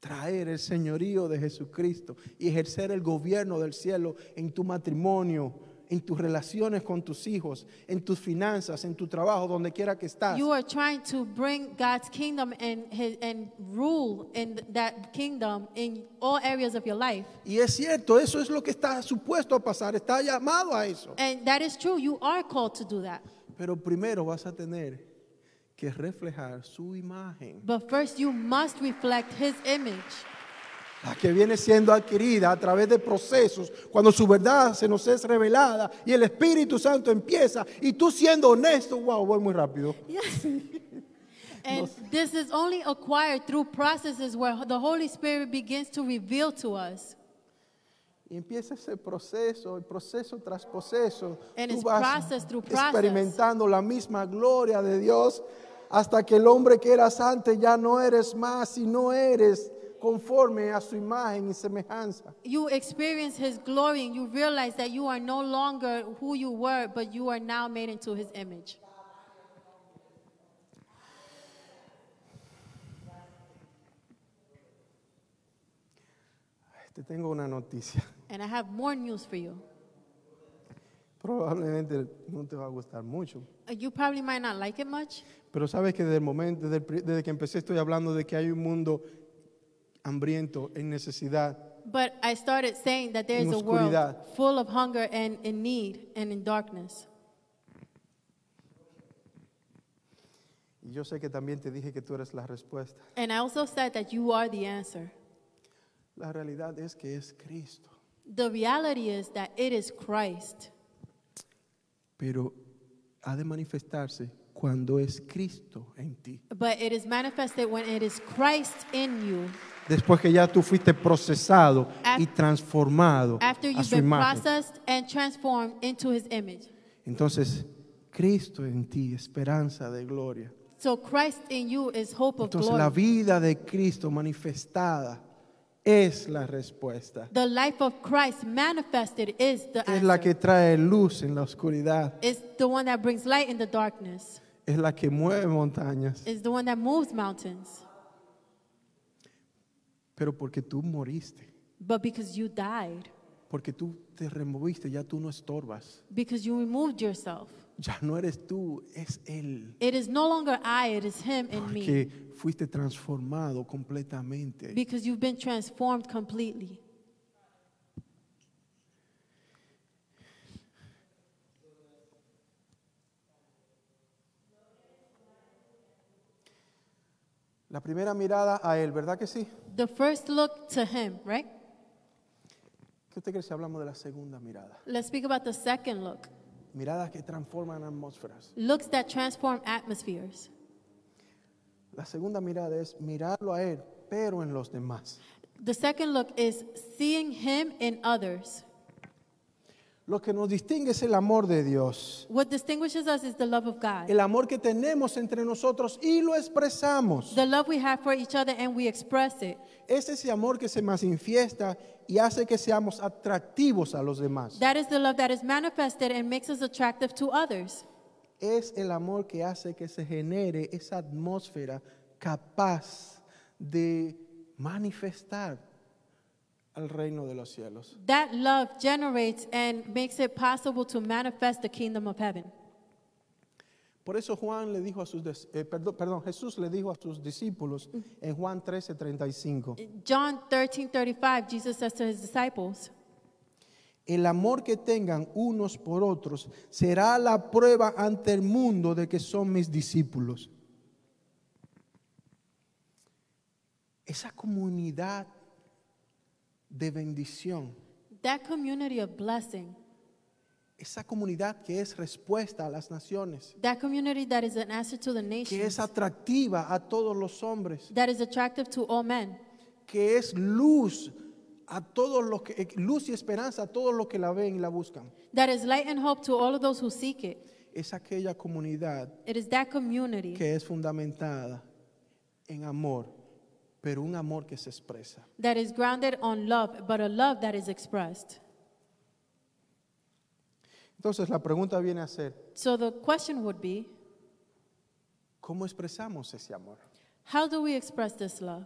traer el señorío de Jesucristo y ejercer el gobierno del cielo en tu matrimonio, en tus relaciones con tus hijos, en tus finanzas, en tu trabajo, donde quiera que estás.
You are trying to bring God's kingdom and his, and rule in that kingdom in all areas of your life.
Y es cierto, eso es lo que está supuesto a pasar, está llamado a eso.
And that is true. You are called to do that.
Pero primero vas a tener que reflejar su imagen,
But first, you must reflect his image
la que viene siendo adquirida a través de procesos, cuando su verdad se nos es revelada y el Espíritu Santo empieza y tú siendo honesto, wow, voy muy rápido.
And this is only acquired through processes where the Holy Spirit begins to reveal to us.
Y empieza ese proceso, el proceso tras proceso.
And
Tú
it's
vas
process through process.
experimentando la misma gloria de Dios hasta que el hombre que eras antes ya no eres más y no eres conforme a su imagen y semejanza.
You experience his glory and you realize that you are no longer who you were, but you are now made into his image.
Te tengo una noticia.
And I have more news for you.
Probablemente no te va a gustar mucho.
Uh, You probably might not like it much,
Pero sabes que desde el momento, desde, el pri- desde que empecé estoy hablando de que hay un mundo hambriento, en necesidad.
but I started saying that there
En
is a world
oscuridad.
full of hunger and in need and in darkness.
Y yo sé que también te dije que tú eres la respuesta.
And I also said that you are the answer.
La realidad es que es Cristo.
The reality is that it is Christ.
pero ha de manifestarse cuando es Cristo en ti.
But it is manifested when it is Christ in you.
Después que ya tú fuiste procesado
Af-
y transformado
After
a
you've
su
been
imagen.
processed and transformed into his image.
Entonces, Cristo en ti, esperanza de gloria.
So Christ in you is hope of
Entonces,
glory.
la vida de Cristo manifestada es la respuesta.
the life of Christ manifested is the
Es la
answer.
que trae luz en la oscuridad.
It's the one that brings light in the darkness.
Es la que mueve montañas.
It's the one that moves mountains.
Pero porque tú moriste,
But because you died,
porque tú te removiste, ya tú no estorbas.
because you removed yourself.
Ya no eres tú, es Él.
It is no longer I, it is him in me.
Porque fuiste transformado completamente.
Because you've been transformed completely.
La primera mirada a Él, ¿verdad que sí?
The first look to him, right?
¿Qué usted cree si hablamos de la segunda mirada?
Let's speak about the second look.
Miradas que transforman atmósferas.
Looks that transform atmospheres.
La segunda mirada es mirarlo a Él, pero en los demás.
The second look is seeing him in others.
Lo que nos distingue es el amor de Dios.
What distinguishes us is the love of God.
El amor que tenemos entre nosotros y lo expresamos.
The love we have for each other and we express it.
Es ese amor que se manifiesta y hace que seamos atractivos a los demás.
That is the love that is manifested and makes us attractive to others.
es el amor que hace que se genere esa atmósfera capaz de manifestar al reino de los cielos.
That love generates and makes it possible to manifest the kingdom of heaven.
Por eso Juan le dijo a sus dis- eh, perdón, perdón, Jesús le dijo a sus discípulos en Juan 13:35,
John 13 35, Jesus says to his disciples,
el amor que tengan unos por otros será la prueba ante el mundo de que son mis discípulos. Esa comunidad de bendición
That community of blessing,
Esa comunidad que es respuesta a las naciones,
that community that is an answer to the
que
nations,
es atractiva a todos los hombres,
that is attractive to all men,
que es luz a todos los que eh, luz y esperanza a todos los que la ven y la buscan.
that is light and hope to all of those who seek it.
Es aquella comunidad
It is that community
que es fundamentada en amor, pero un amor que se expresa.
that is grounded on love, but a love that is expressed.
Entonces la pregunta viene a ser,
So the question would be
¿cómo expresamos ese amor?
how do we express this love?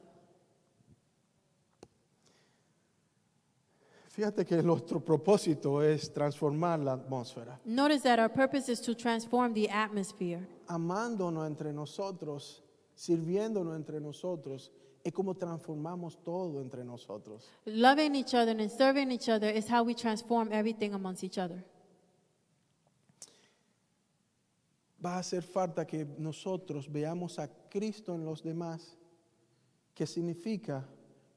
Fíjate que nuestro propósito es transformar la atmósfera.
Notice that our purpose is to transform the atmosphere.
amándonos entre nosotros, sirviéndonos entre nosotros, es como transformamos todo entre nosotros.
Loving each other and serving each other is how we transform everything amongst each other.
va a hacer falta que nosotros veamos a Cristo en los demás, que significa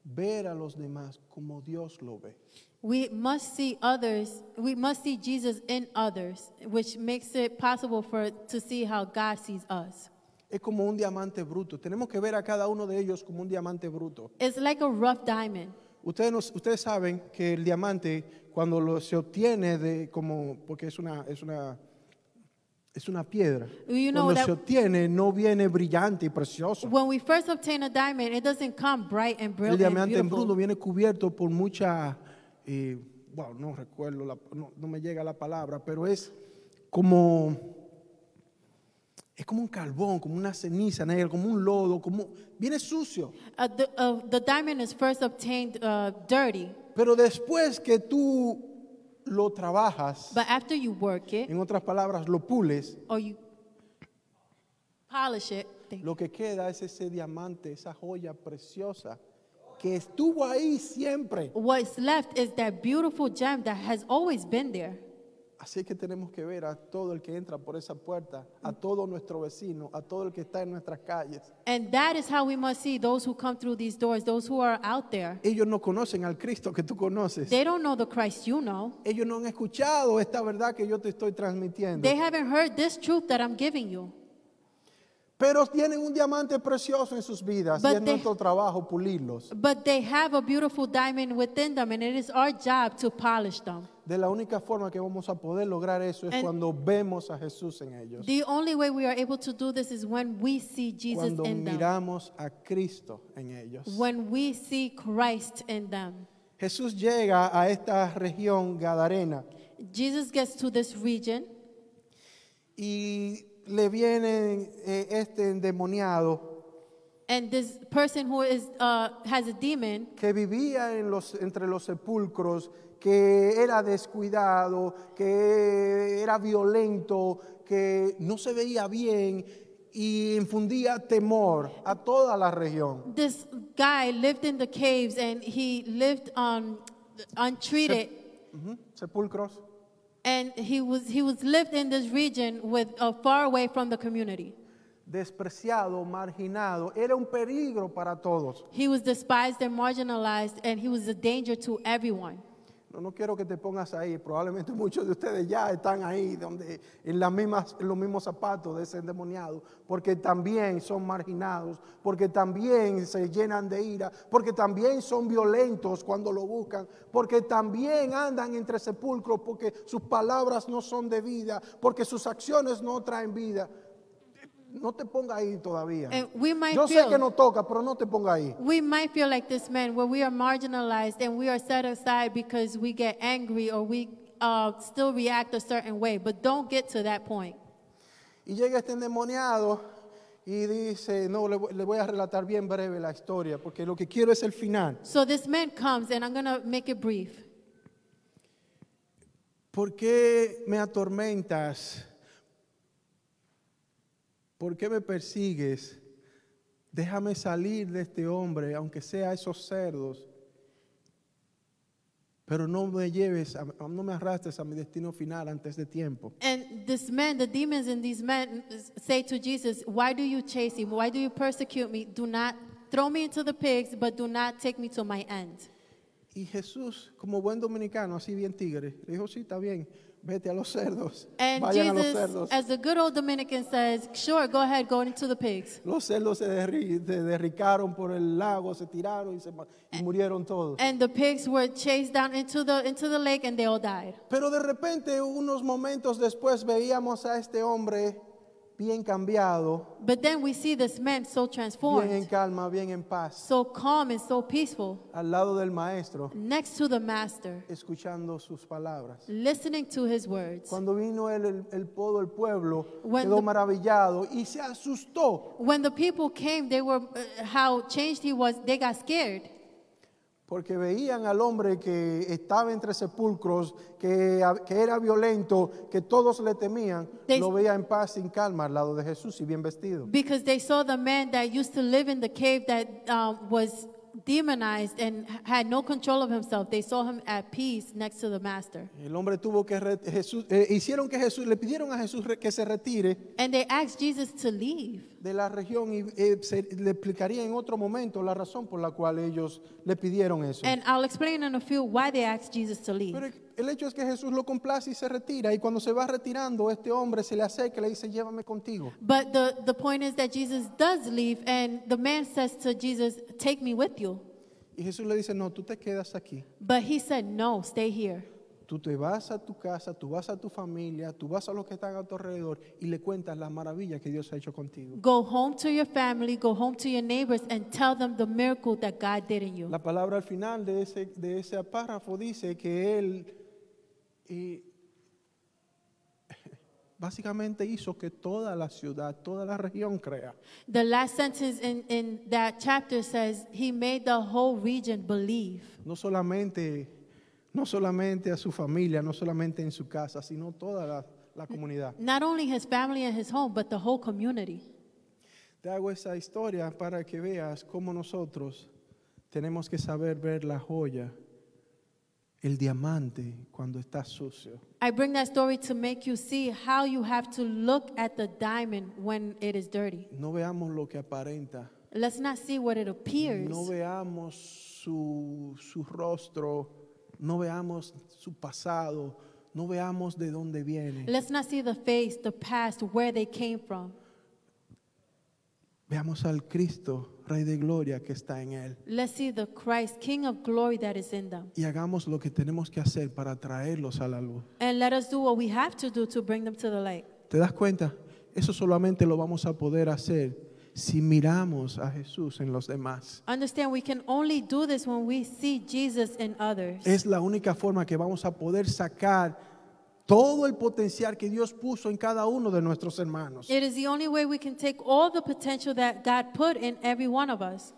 ver a los demás como Dios lo ve.
We must see others, we must see Jesus in others, which makes it possible for to see how God sees us.
Es como un diamante bruto. Tenemos que ver a cada uno de ellos como un diamante bruto.
It's like a rough diamond.
Ustedes, nos- ustedes saben que el diamante, cuando lo- se obtiene de como, porque es una, es una, es una piedra,
You know
cuando
that-
se obtiene no viene brillante y precioso.
When we first obtain a diamond, it doesn't come bright and
El
brilliant.
diamante en
beautiful.
bruto viene cubierto por mucha, eh, wow, no recuerdo, la- no, no me llega la palabra, pero es como, es como un carbón, como una ceniza negra, como un lodo, como, viene sucio.
Uh, the, uh, the diamond is first obtained uh, dirty,
Pero después que tú lo trabajas,
but after you work it
en otras palabras, lo pules,
or you polish it, thank you.
lo que queda es ese diamante, esa joya preciosa que estuvo ahí siempre.
what's left is that beautiful gem that has always been there.
Así que tenemos que ver a todo el que entra por esa puerta, a todo nuestro vecino, a todo el que está en nuestras calles.
And that is how we must see those who come through these doors, those who are out there.
Ellos no conocen al Cristo que tú conoces.
They don't know the Christ you know.
Ellos no han escuchado esta verdad que yo te estoy transmitiendo.
They haven't heard this truth that I'm giving you.
Pero tienen un diamante precioso en sus vidas y
But
es
they-
nuestro trabajo pulirlos.
But they have a beautiful diamond within them, and it is our job to polish them.
De la única forma que vamos a poder lograr eso es
And-
cuando vemos a Jesús en ellos.
The only way we are able to do this is when we see Jesus
Cuando
in them,
miramos a Cristo en ellos.
when we see Christ in them.
Jesús llega a esta región gadarena
Jesus gets to this region,
y le viene eh, este endemoniado
and this person who is uh, has a demon
que vivía en los, entre los sepulcros, que era descuidado, que era violento, que no se veía bien y infundía temor a toda la región.
this guy lived in the caves and he lived um, untreated
Ujú, Sepulcros.
and he was he was lived in this region with uh, far away from the community
despreciado, marginado, era un peligro para todos.
he was despised and marginalized and he was a danger to everyone
No, no quiero que te pongas ahí, probablemente muchos de ustedes ya están ahí donde en, las mismas, en los mismos zapatos de ese endemoniado, porque también son marginados, porque también se llenan de ira, porque también son violentos cuando lo buscan, porque también andan entre sepulcros, porque sus palabras no son de vida, porque sus acciones no traen vida. No te ponga ahí todavía.
And we might
Yo sé
feel-
que no toca, pero no te ponga ahí.
we might feel like this man where we are marginalized and we are set aside because we get angry or we uh, still react a certain way but don't get to that point
Y llega este endemoniado y dice, no, le, voy- le voy a relatar bien breve la historia, porque lo que quiero es el final.
so this man comes and i'm going to make it brief
¿Por qué me atormentas? ¿Por qué me persigues? Déjame salir de este hombre, aunque sea esos cerdos. Pero no me lleves, a- no me arrastres a mi destino final antes de tiempo.
And this man, the demons in these men say to Jesus, Why do you chase him? Why do you persecute me? Do not throw me into the pigs, but do not take me to my end.
Y Jesús, como buen dominicano, así bien tigre, le dijo, sí, está bien, vete a los cerdos,
And
vayan a los
Jesus,
cerdos.
as the good old Dominican says, Sure, go ahead, go into the pigs.
Los cerdos se, derri- se derricaron por el lago, se tiraron y, se ma- y murieron todos.
And the pigs were chased down into the, into the lake and they all died.
Pero de repente, unos momentos después, veíamos a este hombre bien cambiado,
But then we see this man so
bien en
transformed,
calma, bien en paz,
so calm and so peaceful,
al lado del maestro,
next to the master,
escuchando sus palabras.
listening to his words.
Cuando vino el, el, el podo, el pueblo,
When
quedó
the-
maravillado y se asustó.
When the people came, they were uh, how changed he was, they got scared.
Porque veían al hombre que estaba entre sepulcros, que, que era violento, que todos le temían,
They-
lo veía en paz, sin calma, al lado de Jesús y bien vestido.
Because they saw the man that used to live in the cave that um, was demonized and had no control of himself. They saw him at peace next to the master.
El hombre tuvo que re- Jesús, eh, hicieron que Jesús le pidieron a Jesús re- que se retire
And they asked Jesus to leave.
de la región y eh, se- le explicaría en otro momento la razón por la cual ellos le pidieron eso.
And I'll explain in a few why they asked Jesus to leave.
Pero el hecho es que Jesús lo complace y se retira y cuando se va retirando este hombre se le acerca y le dice llévame contigo.
But the, the point is that Jesus does leave, and the man says to Jesus, Take me with you.
Y Jesús le dice no, tú te quedas aquí.
But he said, No, stay here.
Tú te vas a tu casa, tú vas a tu familia, tú vas a los que están a tu alrededor y le cuentas las maravillas que Dios ha hecho contigo.
Go home to your family, go home to your neighbors, and tell them the miracle that God did in you.
La palabra al final de ese, de ese párrafo dice que él eh, básicamente hizo que toda la ciudad, toda la región crea.
The last sentence in, in that chapter says, He made the whole region believe.
No solamente, no solamente a su familia, no solamente en su casa, sino toda la, la comunidad.
Not only his family and his home, but the whole community.
Te hago esa historia para que veas cómo nosotros tenemos que saber ver la joya, el diamante cuando está sucio.
I bring that story to make you see how you have to look at the diamond when it is dirty.
No veamos lo que aparenta.
Let's not see what it appears.
No veamos su, su rostro, no veamos su pasado, no veamos de dónde viene.
Let's not see the face, the past, where they came from.
Veamos al Cristo, Rey de Gloria, que está en Él.
Let's see the Christ, King of glory, that is in them.
Y hagamos lo que tenemos que hacer para traerlos a la luz.
And let us do what we have to do to bring them to the light.
¿Te das cuenta? Eso solamente lo vamos a poder hacer si miramos a Jesús en los demás.
Understand, we can only do this when we see Jesus in others.
Es la única forma que vamos a poder sacar todo el potencial que Dios puso en cada uno de nuestros hermanos.
It is the only way we can take all the potential that God put in every one of us.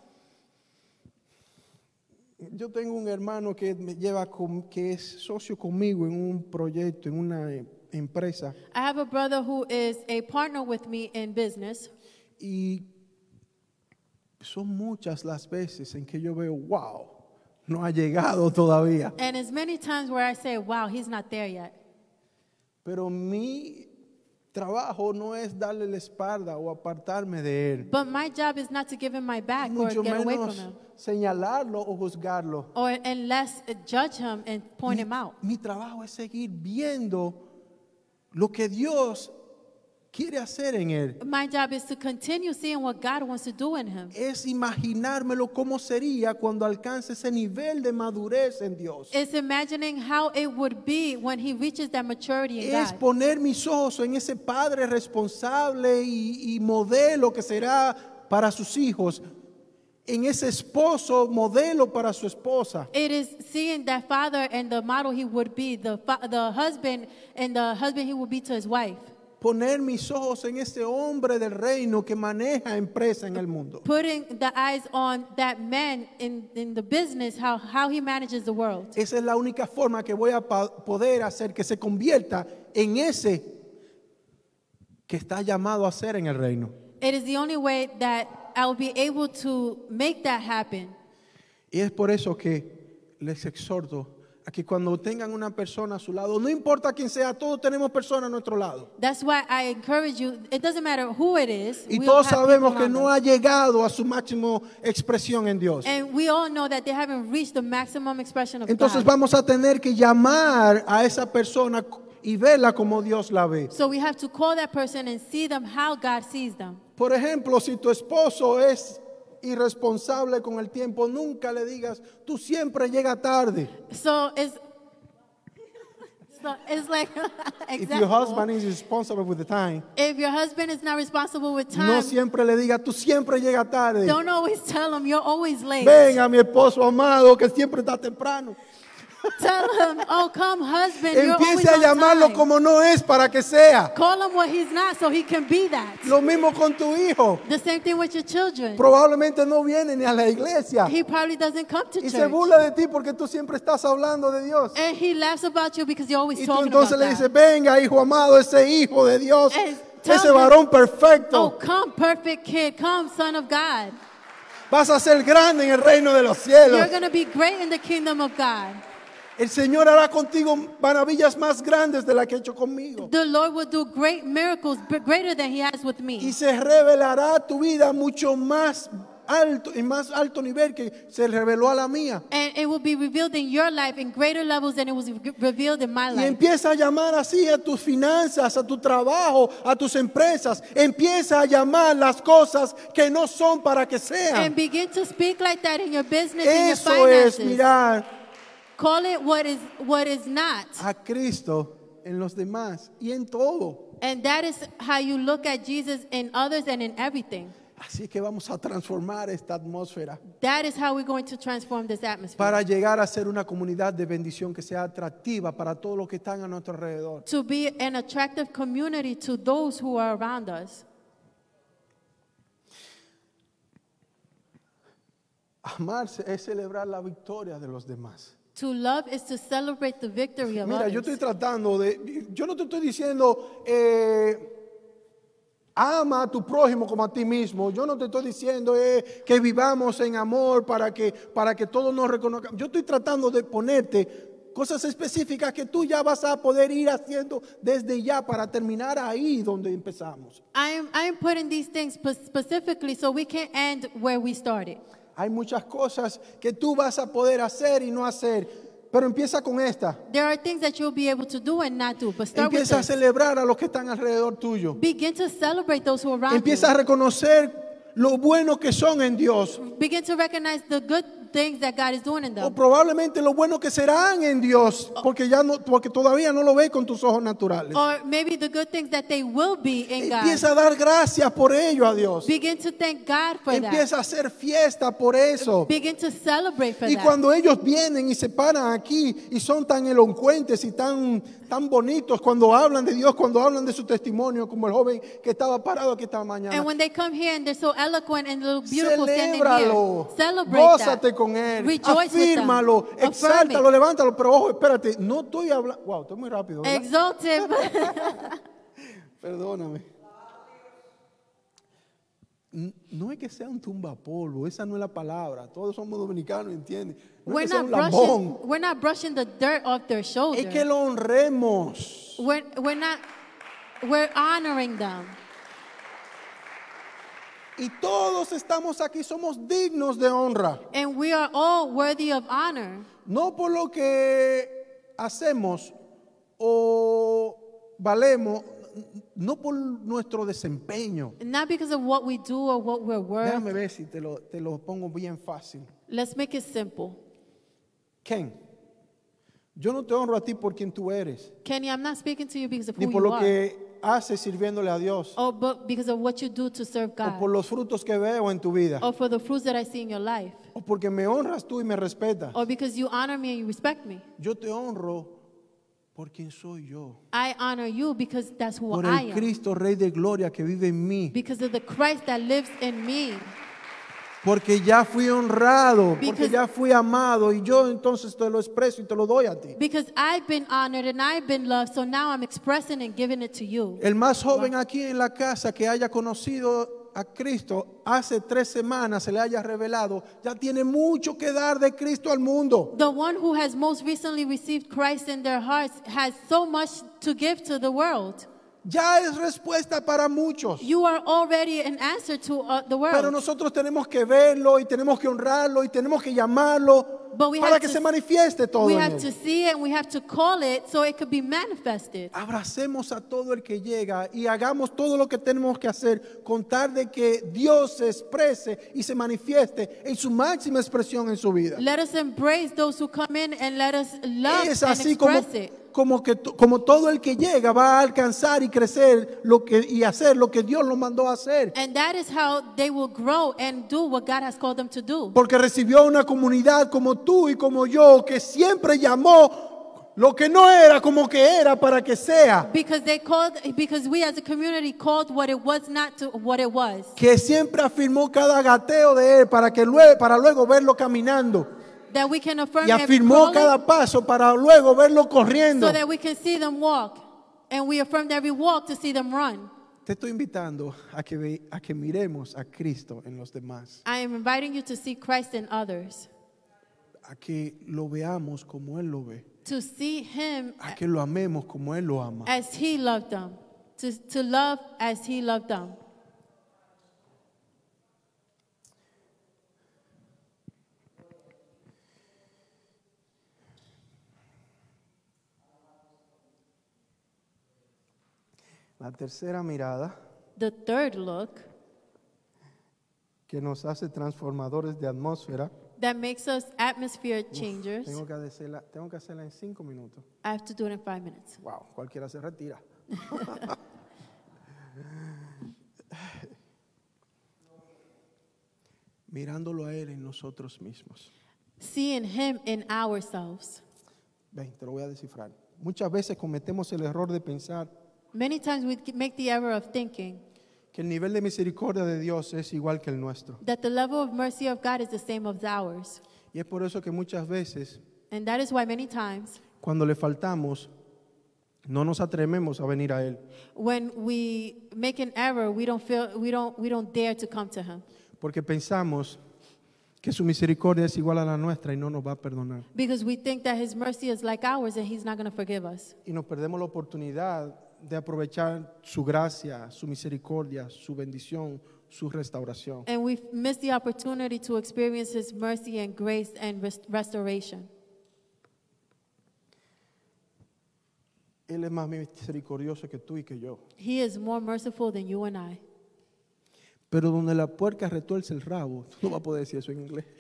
Yo tengo un hermano que me lleva con- que es socio conmigo en un proyecto, en una eh, empresa
I have a brother who is a partner with me in business,
y son muchas las veces en que yo veo, wow, no ha llegado todavía.
and as many times where I say, "Wow, he's not there yet."
Pero mi trabajo no es darle la espalda o apartarme de él,
But my job is not to give him my back or
mucho
get away from
menos
him,
señalarlo o juzgarlo.
or unless judge him and point
mi,
him out.
mi trabajo es seguir viendo lo que Dios quiere hacer en él.
My job is to continue seeing what God wants to do in him.
es imaginármelo cómo sería cuando alcance ese nivel de madurez en Dios.
It's imagining how it would be when he reaches that maturity in
Es
God.
poner mis ojos en ese padre responsable y, y modelo que será para sus hijos, en ese esposo modelo para su esposa.
It is seeing that father and the model he would be, the, fa- the husband and the husband he would be to his wife.
Poner mis ojos en ese hombre del reino que maneja empresa en el mundo.
Putting the eyes on that man in, in the business, how, how he manages the world.
Esa es la única forma que voy a pa- poder hacer que se convierta en ese que está llamado a ser en el reino.
It is the only way that I will be able to make that happen.
Y es por eso que les exhorto a que cuando tengan una persona a su lado, no importa quién sea, todos tenemos personas a nuestro lado.
That's why I encourage you. It doesn't matter who it is.
Y
we'll
todos
have
sabemos
people
que
around
no
us.
ha llegado a su máximo expresión en Dios.
And we all know that they haven't reached the maximum expression of
Entonces
God.
vamos a tener que llamar a esa persona y verla como Dios la ve.
So we have to call that person and see them how God sees them.
Por ejemplo, si tu esposo es irresponsable con el tiempo, nunca le digas, tú siempre llegas tarde.
So it's so it's like
If your husband
exactly.
is irresponsible with the time,
If your husband is not responsible with
no
time,
siempre le digas, tú siempre llegas tarde.
don't always tell him you're always late.
Ven a mi esposo amado que siempre está temprano.
Tell him, oh come husband, you're always
Empiece a
on
llamarlo
time.
como no es para que sea.
Call him what he's not, so he can be that.
Lo mismo con tu hijo.
The same thing with your children.
Probablemente no viene ni a la iglesia
He probably doesn't come to
y
church.
se burla de ti porque tú siempre estás hablando de Dios.
And he laughs about you because you're always
Y tú
talking
entonces
about
le
that.
dices, venga hijo amado, ese hijo de Dios,
And tell
ese
him- Oh,
varón perfecto.
come, perfect kid. Come, son of God.
Vas a ser grande en el reino de los
You're
cielos.
going to be great in the kingdom of God.
El Señor hará contigo maravillas más grandes de las que ha hecho conmigo.
The Lord will do great miracles, b- greater than He has with
Y
me.
se revelará tu vida mucho más alto, en más alto nivel que se reveló a la mía.
And it will be revealed in your life in greater levels than it was re- revealed in my
Y
life.
empieza a llamar así a tus finanzas, a tu trabajo, a tus empresas. Empieza a llamar las cosas que no son para que sean.
And begin to speak like that in your business and your
Eso es
finances.
mirar
Call it what is what is not.
a Cristo en los demás y en todo.
And that is how you look at Jesus in others and in everything.
Así que vamos a transformar esta atmósfera
That is how we're going to transform this atmosphere.
para llegar a ser una comunidad de bendición que sea atractiva para todos los que están a nuestro alrededor.
to be an attractive community to those who are around us.
Amarse es celebrar la victoria de los demás.
To love is to celebrate the victory of
Mira, yo
others.
estoy tratando de, yo no te estoy diciendo, eh, ama a tu prójimo como a ti mismo. Yo no te estoy diciendo eh, que vivamos en amor para que, para que todos nos reconozcan. Yo estoy tratando de ponerte cosas específicas que tú ya vas a poder ir haciendo desde ya para terminar ahí donde empezamos.
I am I am putting these things spe- specifically so we can end where we started.
Hay muchas cosas que tú vas a poder hacer y no hacer, pero empieza con esta.
There are things that you'll be able to do and not do, but start with
Empieza a
this.
celebrar a los que están alrededor tuyo.
Begin to celebrate those who are around
Empieza a
you.
reconocer lo bueno que son en Dios.
Begin to recognize the good things that God is doing in
O
them.
probablemente lo bueno que serán en Dios, porque ya no, porque todavía no lo ves con tus ojos naturales.
Or maybe the good things that they will be in Oh, God.
Empieza a dar gracias por ello a Dios.
Begin to thank God for that.
Empieza a hacer fiesta por eso.
Begin to celebrate for
Y
that.
cuando ellos vienen y se paran aquí y son tan elocuentes y tan, tan bonitos cuando hablan de Dios, cuando hablan de su testimonio, como el joven que estaba parado aquí esta mañana,
And when they come here and they're so eloquent and look beautiful
Celébralo.
standing here, celebrate
Gózate
that.
con él.
Rejoice
Afírmalo,
with them. Affirm
exáltalo,
it.
levántalo. Pero ojo, espérate, no estoy hablando. Wow, estoy muy rápido. ¿verdad?
Exalt him.
Perdóname. N- No es que sea un tumbapolvo, esa no es la palabra. Todos somos dominicanos, ¿entiendes? No
we're
es que sea
not
un
brushing.
lambón.
We're not brushing the dirt off their shoulders.
Es que lo honremos.
we're, we're not. We're honoring them.
Y todos estamos aquí, somos dignos de honra.
And we are all worthy of honor.
No por lo que hacemos o valemos, no por nuestro desempeño.
Not because of what we do or what we're worth.
Déjame ver si te lo, te lo pongo bien fácil.
Let's make it simple.
Ken, yo no te honro a ti por quien tú eres,
Kenny, I'm not speaking to you because of
ni
who
por
you
lo
are.
que haces sirviéndole a Dios,
or but because of what you do to serve
o por
Oh, God. Oh.
los frutos que veo en tu vida,
Or for the fruits that I see in your life.
o porque me honras tú y me respetas.
Or because you honor me and you respect me.
Yo te honro por quien soy yo,
I honor you because that's who
por
I
el
am.
Cristo Rey de Gloria que vive en mí.
Because of the Christ that lives in me.
Porque ya fui honrado, porque
Because-
ya fui amado y yo entonces te lo expreso y te lo doy a ti.
Because I've been honored and I've been loved, so now I'm expressing and giving it to you.
El más joven aquí en la casa que haya conocido a Cristo hace tres semanas, se le haya revelado, ya tiene mucho que dar de Cristo al mundo.
The one who has most recently received Christ in their hearts has so much to give to the world.
Ya es respuesta para muchos.
You are already an answer to uh, the world.
Pero nosotros tenemos que verlo y tenemos que honrarlo y tenemos que llamarlo
But we
para
have
que
to-
se manifieste todo.
we
en
have
él.
to see it and we have to call it so it could be manifested.
Abracemos a todo el que llega y hagamos todo lo que tenemos que hacer con tal de que Dios se exprese y se manifieste en su máxima expresión en su vida.
Let us embrace those who come in and let us love
Es
and
así como,
express it.
como, que, to- como todo el que llega va a alcanzar y crecer lo que, y hacer lo que Dios lo mandó a hacer.
And that is how they will grow and do what God has called them to do.
Porque recibió una comunidad como tú y como yo que siempre llamó lo que no era como que era para que sea.
Because they called, because we as a community called what it was not to what it was.
Que siempre afirmó cada gateo de él para, que luego, para luego verlo caminando.
That we can affirm
y
and
afirmó
call it
cada paso para luego verlo corriendo.
so that we can see them walk. And we affirmed every walk to see them run.
Te estoy invitando a que, ve- a que miremos a Cristo en los demás,
I am inviting you to see Christ in others,
a que lo veamos como Él lo ve,
to see Him
a que lo amemos como Él lo ama.
as He loved them, to, to love as He loved them.
La tercera mirada
The third look
que nos hace transformadores de atmósfera.
that makes us atmosphere changers.
Tengo que hacerla, tengo que hacerla en cinco minutos.
I have to do it in five minutes.
Wow, cualquiera se retira.
mirándolo a Él en nosotros mismos.
Seeing Him in ourselves.
Ven, te lo voy a descifrar. Muchas veces cometemos el error de pensar
Many times we make the error of thinking
que el nivel de misericordia de Dios es igual que el nuestro.
that the level of mercy of God is the same as ours.
Y es por eso que muchas veces,
And that is why many times
cuando le faltamos, no nos atrevemos a venir a Él.
when we make an error, we don't feel we don't we don't dare to come to him
Porque pensamos que su misericordia es igual a la nuestra y no nos va a perdonar.
because we think that his mercy is like ours and he's not going to forgive us.
Y nos perdemos la oportunidad de aprovechar su gracia, su misericordia, su bendición, su restauración.
And we miss the opportunity to experience his mercy and grace and rest- restoration.
Él es más misericordioso que tú y que yo.
He is more merciful than you and I.
Pero donde la puerca retuerce el rabo, tú no vas a poder decir eso en inglés.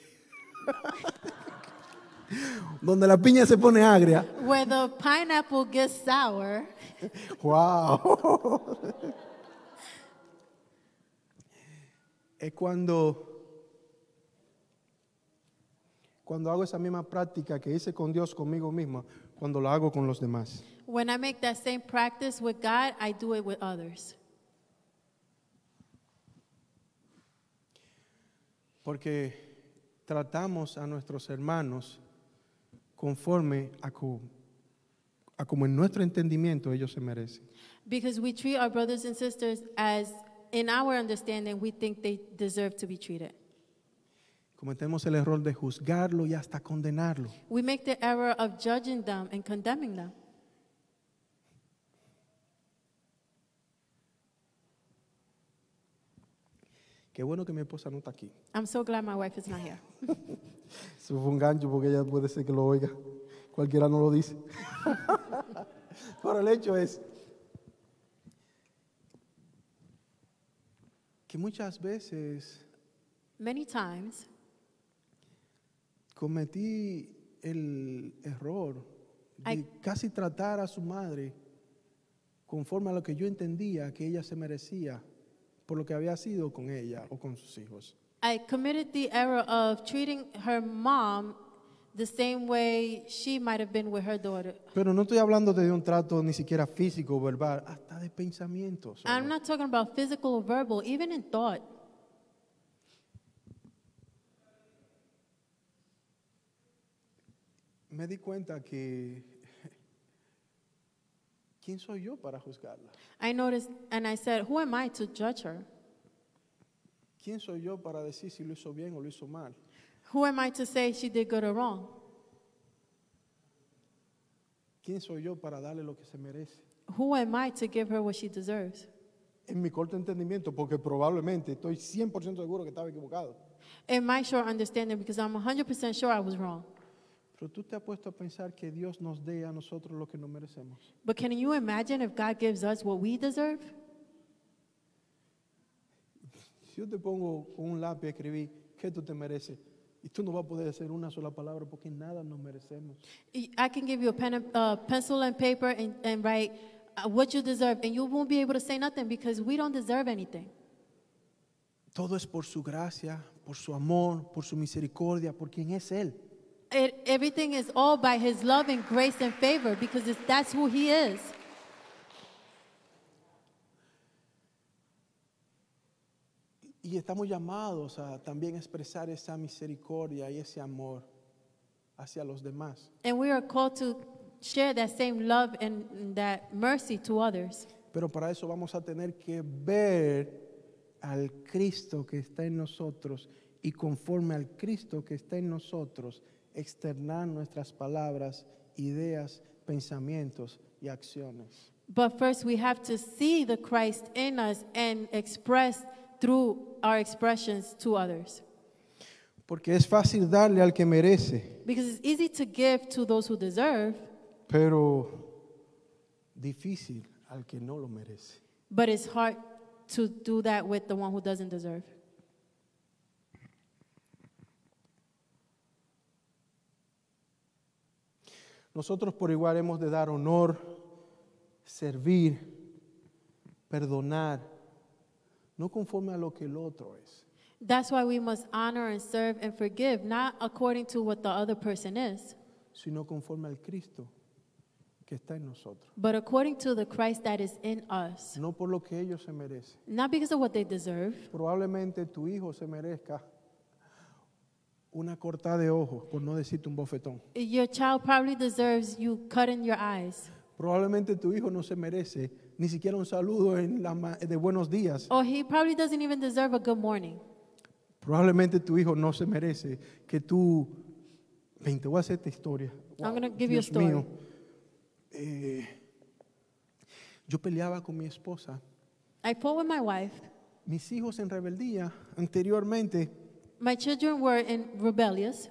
donde la piña se pone agria.
Where the pineapple gets sour,
¡Wow! es cuando, cuando hago esa misma práctica que hice con Dios conmigo misma, cuando la hago con los demás.
when I make that same practice with God, I do it with others.
Porque tratamos a nuestros hermanos conforme a, co- a como en nuestro entendimiento ellos se merecen.
Because we treat our brothers and sisters as, in our understanding, we think they deserve to be treated.
Cometemos el error de juzgarlo y hasta condenarlo.
We make the error of judging them and condemning them.
Qué bueno que mi esposa no está aquí.
I'm so glad my wife is not here.
Eso fue un gancho porque ella puede ser que lo oiga. Cualquiera no lo dice. Pero el hecho es que muchas veces
Many times,
cometí el error de
Ay.
casi tratar a su madre conforme a lo que yo entendía que ella se merecía por lo que había sido con ella o con sus hijos.
I committed the error of treating her mom the same way she might have been with her daughter.
Pero no estoy hablando de un trato ni siquiera físico o verbal, hasta de pensamientos.
I'm not talking about physical or verbal, even in thought.
Me di cuenta que ¿quién soy yo para juzgarla?
I noticed, and I said, Who am I to judge her?
¿Quién soy yo para decir si lo hizo bien o lo hizo mal?
Who am I to say she did good or wrong?
¿Quién soy yo para darle lo que se merece?
Who am I to give her what she deserves?
en mi corto entendimiento, porque probablemente estoy 100% seguro que estaba equivocado.
In my short understanding, because I'm 100% sure I was wrong.
Pero tú te has puesto a pensar que Dios nos dé a nosotros lo que no merecemos.
But can you imagine if God gives us what we deserve?
Si yo te pongo con un lápiz a escribir qué tú te mereces, y tú no vas a poder hacer una sola palabra porque nada nos merecemos.
I can give you a pen and, uh, pencil and paper and, and write uh, what you deserve, and you won't be able to say nothing because we don't deserve anything.
Todo es por su gracia, por su amor, por su misericordia, por quien es Él.
It, everything is all by His love and grace and favor because it's, that's who He is.
Y estamos llamados a también expresar esa misericordia y ese amor hacia los demás.
And we are called to share that same love and that mercy to others.
Pero para eso vamos a tener que ver al Cristo que está en nosotros y conforme al Cristo que está en nosotros, externar nuestras palabras, ideas, pensamientos y acciones.
But first, we have to see the Christ in us and express through our expressions to others.
Porque es fácil darle al que merece,
Because it's easy to give to those who deserve,
pero difícil al que no lo merece.
but it's hard to do that with the one who doesn't deserve.
Nosotros por igual hemos de dar honor, servir, perdonar, no conforme a lo que el otro es,
That's why we must honor and serve and forgive, not according to what the other person is,
sino conforme al Cristo que está en nosotros.
but according to the Christ that is in us.
No por lo que ellos se merecen.
Not because of what they deserve.
Probablemente tu hijo se merezca una cortada de ojos, por no decirte un bofetón.
Your child probably deserves you cutting your eyes,
Probablemente tu hijo no se merece ni siquiera un saludo en la ma- de buenos días.
or he probably doesn't even deserve a good morning.
Probablemente tu hijo no se merece que tú... Ven, te voy a hacer esta historia.
I'm gonna give you a story.
Eh, yo peleaba con mi esposa.
I fought with my wife.
Mis hijos en rebeldía anteriormente,
My children were in rebellious.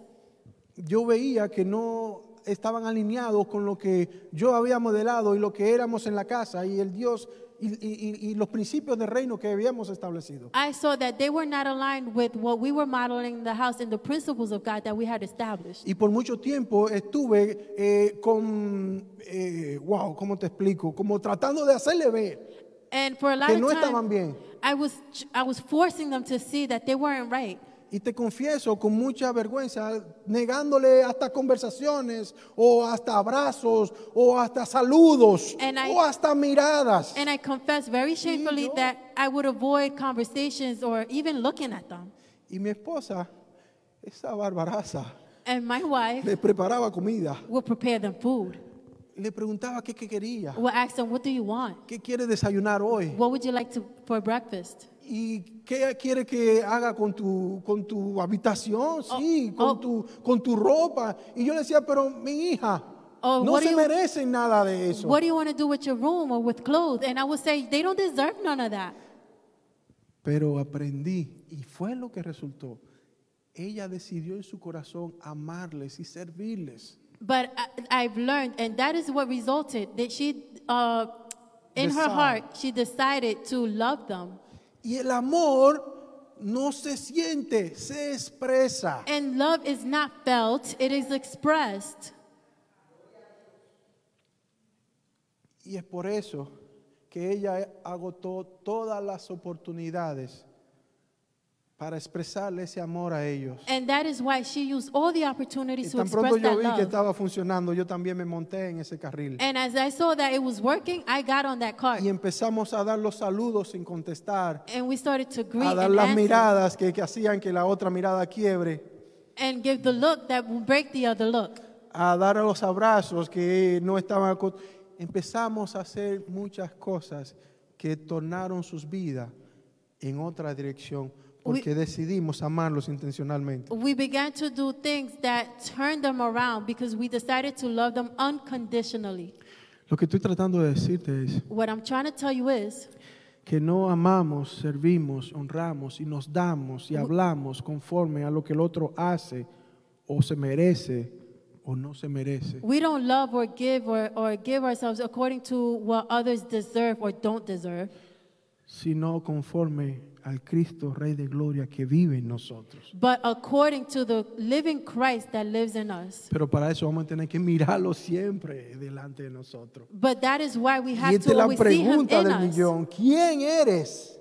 yo veía que no estaban alineados con lo que yo había modelado y lo que éramos en la casa y el Dios y, y- y- y los principios del reino que habíamos establecido.
I saw that they were not aligned with what we were modeling in the house and the principles of God that we had established.
Y por mucho tiempo estuve eh, con, eh, wow, ¿cómo te explico? Como tratando de hacerle ver.
And for a lot
Que
of
no estaban
time,
bien.
I was I was forcing them to see that they weren't right.
Y te confieso con mucha vergüenza, negándole hasta conversaciones, o hasta abrazos, o hasta saludos,
And I-
o hasta miradas.
And I confess very shamefully
yo-
that I would avoid conversations or even looking at them.
Y mi esposa, esa barbaraza,
And my wife
le preparaba comida.
would prepare them food.
Le preguntaba qué, qué quería,
We'll ask them, "What do you want?
qué quiere desayunar hoy
What would you like to, for breakfast?
y qué quiere que haga con tu, con tu habitación, sí,
Oh,
con,
oh.
Tu, con tu ropa. Y yo le decía, pero mi hija,
Oh,
no
what do
se
you-
merecen nada de eso.
What do you want to do with your room or with clothes?" And I would say, "They don't deserve none of that."
Pero aprendí y fue lo que resultó. Ella decidió en su corazón amarles y servirles.
But I, I've learned, and that is what resulted that she, uh, in her
Decide.
heart, she decided to love them.
Y el amor no se siente, se expresa.
And love is not felt, it is expressed.
Y es por eso que ella agotó todas las oportunidades para expresarle ese amor a ellos.
And that is why she used all the
Y
opportunities to
tan
express
pronto yo
that
vi que
love.
estaba funcionando, yo también me monté en ese carril.
And as I saw that it was working, I got on that cart.
Y empezamos a dar los saludos sin contestar,
And we started to greet
a dar
and,
las
answer
miradas que, que hacían que la otra mirada quiebre,
and give the look that will break the other look.
a dar los abrazos que no estaban... aco- Empezamos a hacer muchas cosas que tornaron sus vidas en otra dirección porque decidimos amarlos intencionalmente.
We began to do things that turned them around because we decided to love them unconditionally.
Lo que estoy tratando de decirte es
What I'm trying to tell you is
que no amamos, servimos, honramos y nos damos y hablamos conforme a lo que el otro hace o se merece o no se merece.
we don't love or give or, or give ourselves according to what others deserve or don't deserve,
sino conforme al Cristo Rey de Gloria que vive en nosotros.
but according to the living Christ that lives in us.
Pero para eso vamos a tener que mirarlo siempre delante de nosotros.
But that is why we
y
have
esta es
to
la
always see Him in
pregunta del
us.
millón. ¿Quién eres?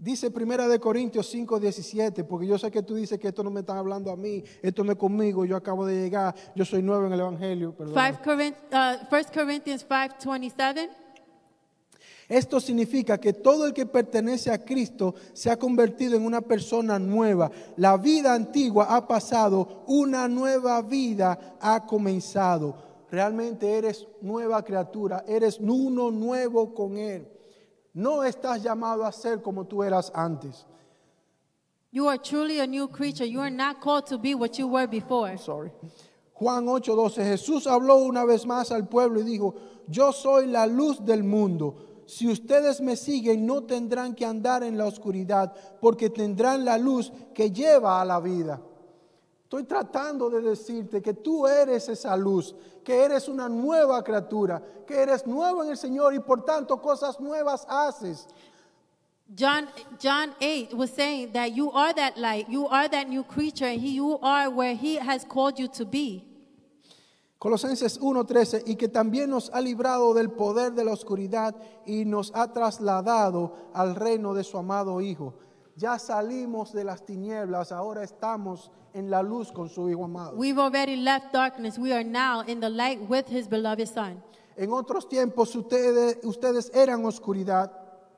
Dice Primera de Corintios 5, 17, porque yo sé que tú dices que esto no me está hablando a mí, esto no es conmigo, yo acabo de llegar, yo soy nuevo en el Evangelio. perdón.
5 Corinth, uh, 1 Corinthians 5:27.
Esto significa que todo el que pertenece a Cristo se ha convertido en una persona nueva. La vida antigua ha pasado, una nueva vida ha comenzado. realmente eres nueva criatura, eres uno nuevo con Él. No estás llamado a ser como tú eras antes.
You are truly a new creature. You are not called to be what you were before.
Sorry. Juan 8:12. Jesús habló una vez más al pueblo y dijo, yo soy la luz del mundo. Si ustedes me siguen no tendrán que andar en la oscuridad porque tendrán la luz que lleva a la vida. Estoy tratando de decirte que tú eres esa luz, que eres una nueva criatura, que eres nuevo en el Señor y por tanto cosas nuevas haces.
John John 8 was saying that you are that light, you are that new creature, and he, you are where he has called you to be.
Colosenses 1:13, y que también nos ha librado del poder de la oscuridad y nos ha trasladado al reino de su amado Hijo. Ya salimos de las tinieblas, ahora estamos en la luz con su Hijo amado.
We've already left darkness. We are now in the light with his beloved son.
en otros tiempos ustedes, ustedes eran oscuridad,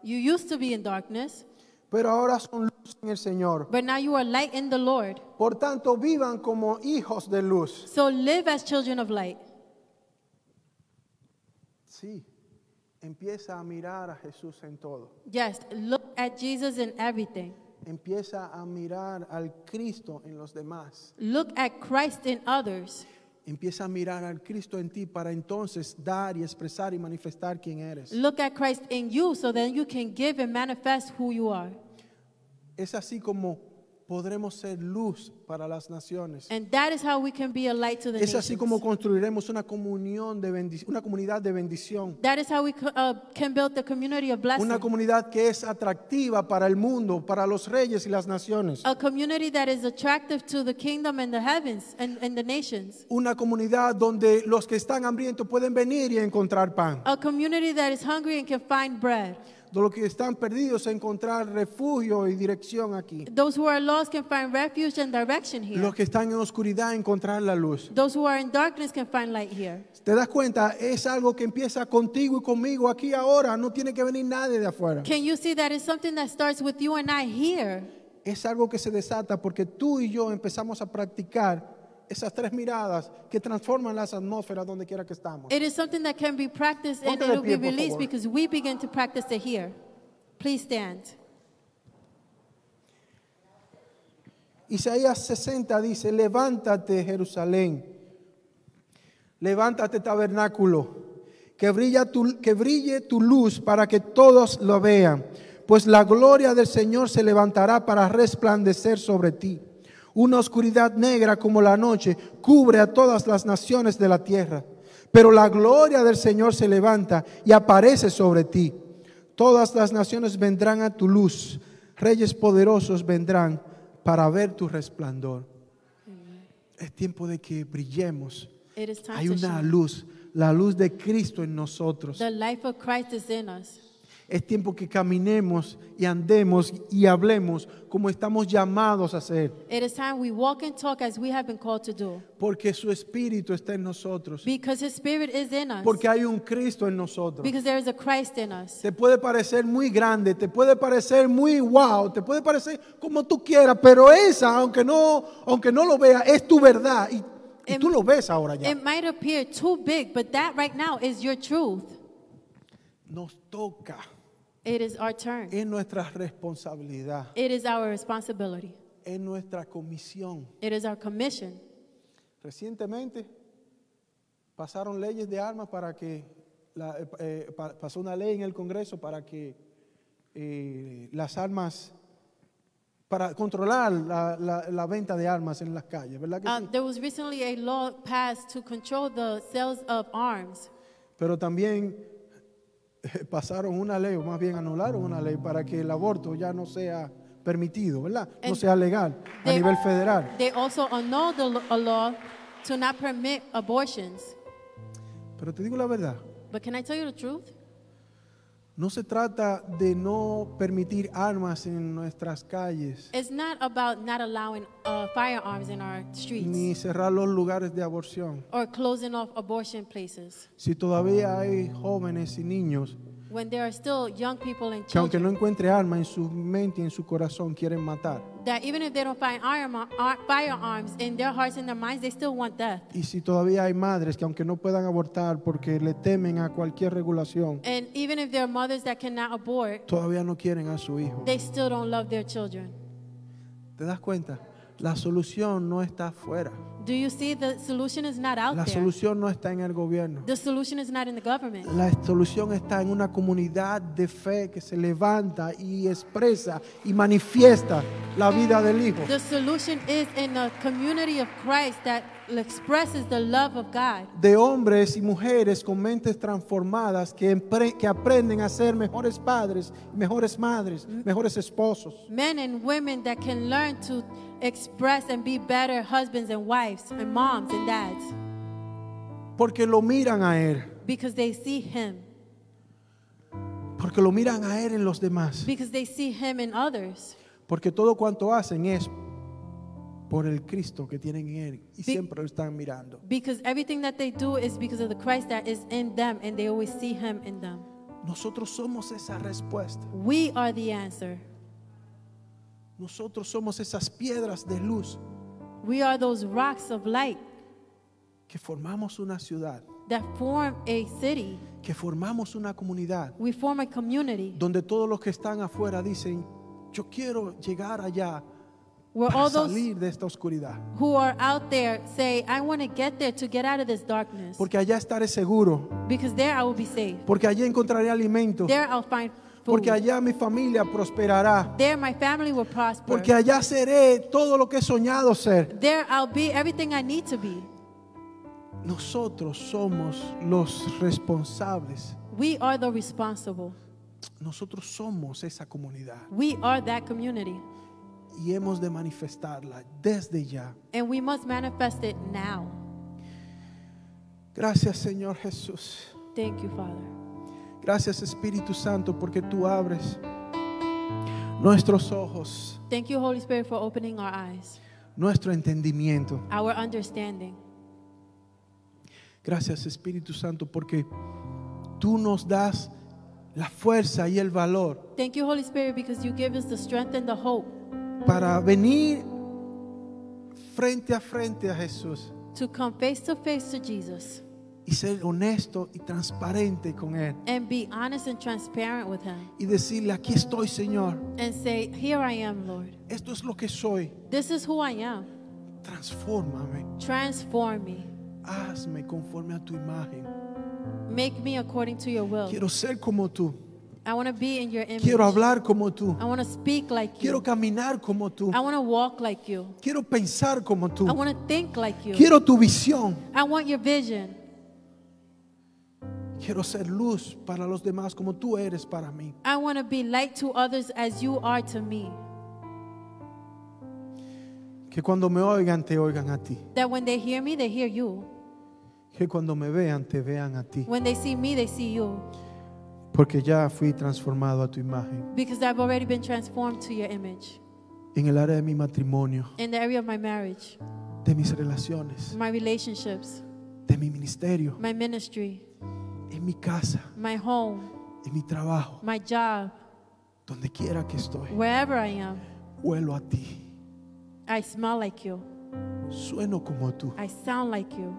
You used to be in darkness,
pero ahora son luz en el Señor.
but now you are light in the Lord.
Por tanto, vivan como hijos de luz.
So live as children of light.
Sí, empieza a mirar a Jesús en todo.
Yes, look at Jesus in everything.
Empieza a mirar al Cristo en los demás.
Look at Christ in others.
Empieza a mirar al Cristo en ti para entonces dar y expresar y manifestar quién eres.
Look at Christ in you so then you can give and manifest who you are.
Es así como podremos ser luz para las naciones.
And that is how we can be a light to the
Es así
nations.
como construiremos una comunión de bendic- una comunidad de bendición,
That is how we co- uh, can build the community of blessing.
una comunidad que es atractiva para el mundo, para los reyes y las naciones,
a community that is attractive to the kingdom and the heavens and, and the nations.
una comunidad donde los que están hambrientos pueden venir y encontrar pan,
A community that is hungry and can find bread.
donde los que están perdidos encontrar refugio y dirección aquí,
Those who are lost can find refuge and direction here.
los que están en oscuridad encontrar la luz.
Those who are in darkness can find light here.
¿Te das cuenta? Es algo que empieza contigo y conmigo aquí ahora. No tiene que venir nadie de afuera.
Can you see that it's something that starts with you and I here?
Es algo que se desata porque tú y yo empezamos a practicar esas tres miradas que transforman las atmósferas donde quiera que estamos.
It is something that can be practiced and
Ponte
it
de
will be
pie, por
released
favor.
because we begin to practice it here. Please stand.
Isaías 60 dice, levántate Jerusalén, levántate tabernáculo, que, brilla tu- que brille tu luz para que todos lo vean, pues la gloria del Señor se levantará para resplandecer sobre ti. Una oscuridad negra como la noche cubre a todas las naciones de la tierra, pero la gloria del Señor se levanta y aparece sobre ti. Todas las naciones vendrán a tu luz, reyes poderosos vendrán para ver tu resplandor. Es tiempo de que brillemos.
It is time
Hay
to
una
shine.
luz, la luz de Cristo en nosotros.
The life of Christ is in us.
Es tiempo que caminemos y andemos y hablemos como estamos llamados a hacer,
It is time we walk and talk as we have been called to do.
porque su Espíritu está en nosotros,
Because his spirit is in us.
porque hay un Cristo en nosotros.
Because there is a Christ in us.
Te puede parecer muy grande, te puede parecer muy wow, te puede parecer como tú quieras, pero esa, aunque no, aunque no lo veas, es tu verdad y, y tú lo ves ahora ya.
It might appear too big, but that right now is your truth.
Nos toca,
It is our turn.
es nuestra responsabilidad,
It is our responsibility.
es nuestra comisión.
It is our commission.
Recientemente pasaron leyes de armas para que, la- eh, eh, pa- pasó una ley en el Congreso para que eh, las armas, para controlar la, la- la venta de armas en las calles, ¿verdad que sí?
Um, there was recently a law passed to control the sales of arms.
Pero también eh, pasaron una ley, o más bien anularon una ley para que el aborto ya no sea permitido, ¿verdad? No
And
sea legal a
they-
nivel federal.
They also annulled the lo- a law to not permit abortions.
Pero te digo la verdad,
But can I tell you the truth?
no se trata de no permitir armas en nuestras calles,
It's not about not allowing uh, firearms in our
ni
streets
cerrar los lugares de aborción.
or closing off abortion places.
Si todavía hay jóvenes y niños
when there are still young people and
que aunque
children
no encuentre alma en su mente y en su corazón quieren matar.
that even if they don't find arm, ar- firearms in their hearts and their minds, they still want death.
Y si todavía hay madres que aunque no puedan abortar porque le temen a cualquier regulación,
And even if there are mothers that cannot abort,
todavía no quieren a su hijo.
they still don't love their children.
¿Te das cuenta? La solución no está afuera.
Do you see the solution is not out
La
there?
solución no está en el gobierno.
The solution is not in the government.
La solución está en una comunidad de fe que se levanta y expresa y manifiesta la vida del hijo.
The solution is in the community of Christ that expresses the love of God.
de hombres y mujeres con mentes transformadas que, empre- que aprenden a ser mejores padres, mejores madres, mejores esposos.
Men and women that can learn to express and be better husbands and wives and moms and dads
Porque lo miran a Él,
because they see Him,
porque lo miran a Él en los demás.
because they see Him in others.
Porque todo cuanto hacen es por el Cristo que tienen en Él y
Be-
siempre lo están mirando.
Because everything that they do is because of the Christ that is in them, and they always see Him in them.
Nosotros somos esa respuesta.
We are the answer.
Nosotros somos esas piedras de luz
We are those rocks of light
que formamos una ciudad,
that form a city.
que formamos una comunidad.
We form a community
donde todos los que están afuera dicen, yo quiero llegar allá
where
para
all those
salir de esta oscuridad.
who are out there say, I want to get there to get out of this darkness.
Porque allá estaré seguro,
Because there I will be safe.
porque allá encontraré alimento,
There I'll find food.
porque allá mi familia prosperará,
There my family will prosper.
porque allá seré todo lo que he soñado ser.
There I'll be everything I need to be.
Nosotros somos los responsables,
We are the responsible.
nosotros somos esa comunidad
We are that community.
y hemos de manifestarla desde ya.
And we must manifest it now.
Gracias Señor Jesús.
Thank you, Father.
Gracias Espíritu Santo porque tú abres nuestros ojos.
Thank you, Holy Spirit, for opening our eyes,
nuestro entendimiento.
our understanding.
Gracias Espíritu Santo porque tú nos das la fuerza y el valor
Thank you, Holy Spirit, because you give us the strength and the hope
para venir frente a frente a Jesús
to come face to face to Jesus
y ser honesto y transparente con Él
and be honest and transparent with Him
y decirle, aquí estoy Señor,
and say, Here I am, Lord.
esto es lo que soy,
This is who I am.
transfórmame,
Transform me.
hazme conforme a tu imagen.
Make me according to your will.
Quiero ser como tú,
I want to be in your image.
quiero hablar como tú,
I want to speak like
quiero
you.
caminar como tú,
I want to walk like you.
quiero pensar como tú,
I want to think like you.
quiero tu visión.
I want your vision.
Quiero ser luz para los demás como tú eres para mí.
I want to be light to others as you are to me.
Que cuando me oigan te oigan a ti.
That when they hear me, they hear you.
Que cuando me vean te vean a ti.
When they see me, they see you.
Porque ya fui transformado a tu imagen.
Because I've already been transformed to your image.
En el área de mi matrimonio,
In the area of my marriage,
de mis relaciones,
my relationships,
de mi ministerio,
my ministry,
en mi casa,
my home,
en mi trabajo,
my job,
donde quiera que estoy.
wherever I am,
Huelo a ti.
I smell like you.
Sueno como tú.
I sound like you.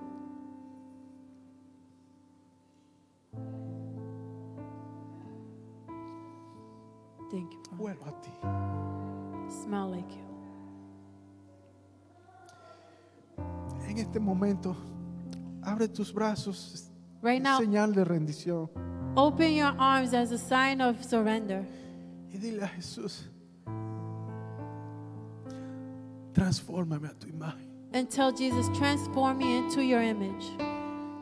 Thank you. Father.
Huelo a ti.
Smell like you.
En este momento, abre tus brazos.
Right
en
now-
señal de rendición.
Open your arms as a sign of surrender
Y dile a Jesús, transfórmame a tu imagen.
and tell Jesus, transform me into your image.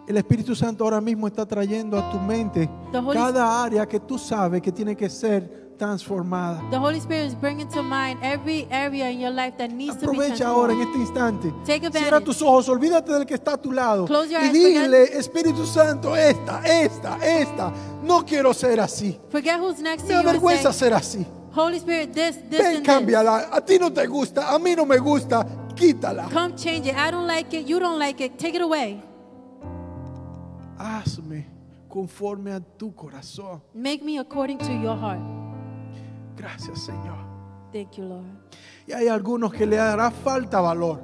El Espíritu Santo ahora mismo está trayendo a tu mente
The Holy-
cada área que tú sabes que tiene que ser transformada.
The Holy Spirit is bringing to mind every area in your life that needs to be
Aprovecha ahora en
transformed.
este instante.
Take advantage.
Cierra tus ojos, olvídate del que está a tu lado.
Close your
Y
eyes,
dile, Espíritu Santo, esta, esta, esta. No quiero ser así.
Forget who's next to
Me
you. and
avergüenza
say,
ser así.
Holy Spirit, this, this,
Ven,
and this.
cámbiala. A ti no te gusta, a mí no me gusta. Quítala.
Come change it. I don't like it. You don't like it. Take it away.
Hazme conforme a tu corazón.
Make me according to your heart.
Gracias, Señor.
Thank you, Lord.
Y hay algunos que le hará falta valor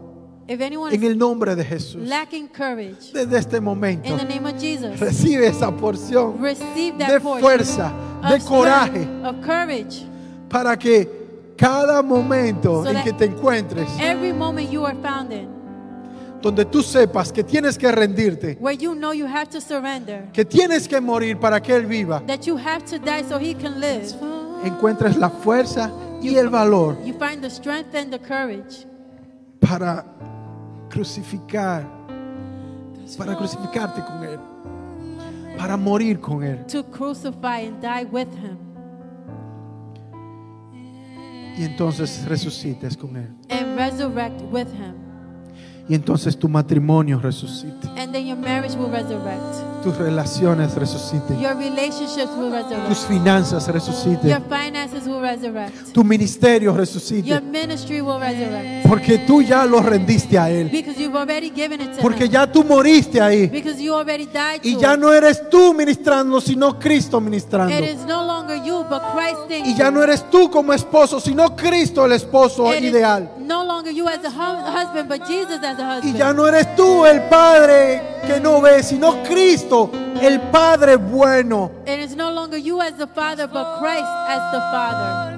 If anyone
en
is
el nombre de Jesús.
lacking courage,
Desde este momento,
in the name of Jesus,
recibe esa porción
receive
de
that portion
fuerza,
of
de
strength,
coraje.
of courage.
para que cada momento
So
en
that-
que te encuentres,
Every moment you are found in,
donde tú sepas que tienes que rendirte,
where you know you have to surrender,
que tienes que morir para que Él viva,
that you have to die so He can live,
encuentres la fuerza y el valor
you find the strength and the courage
para crucificar, para crucificarte con Él, para morir con Él.
to crucify and die with Him
Y entonces resucites con Él.
and resurrect with Him.
Y entonces tu matrimonio resucite,
And then your marriage will resurrect,
tus relaciones resuciten,
your relationships will resurrect,
tus finanzas
your
resuciten,
finances will resurrect,
tu ministerio
your
resucite.
ministry will resurrect.
Porque tú ya lo rendiste a Él.
Because you've already given it to
Porque
him.
ya tú moriste ahí.
Because you already died to
Y ya
him.
no eres tú ministrando, sino Cristo
It
ministrando.
is no longer you, but Christ in
Y ya no
you.
eres tú como esposo, sino Cristo el esposo
It is
ideal.
no longer you as a hu- husband, but Jesus as a
Y
husband.
ya no eres tú el padre que no ves, sino Cristo el padre bueno.
It is no longer you as the father, but Christ as the father.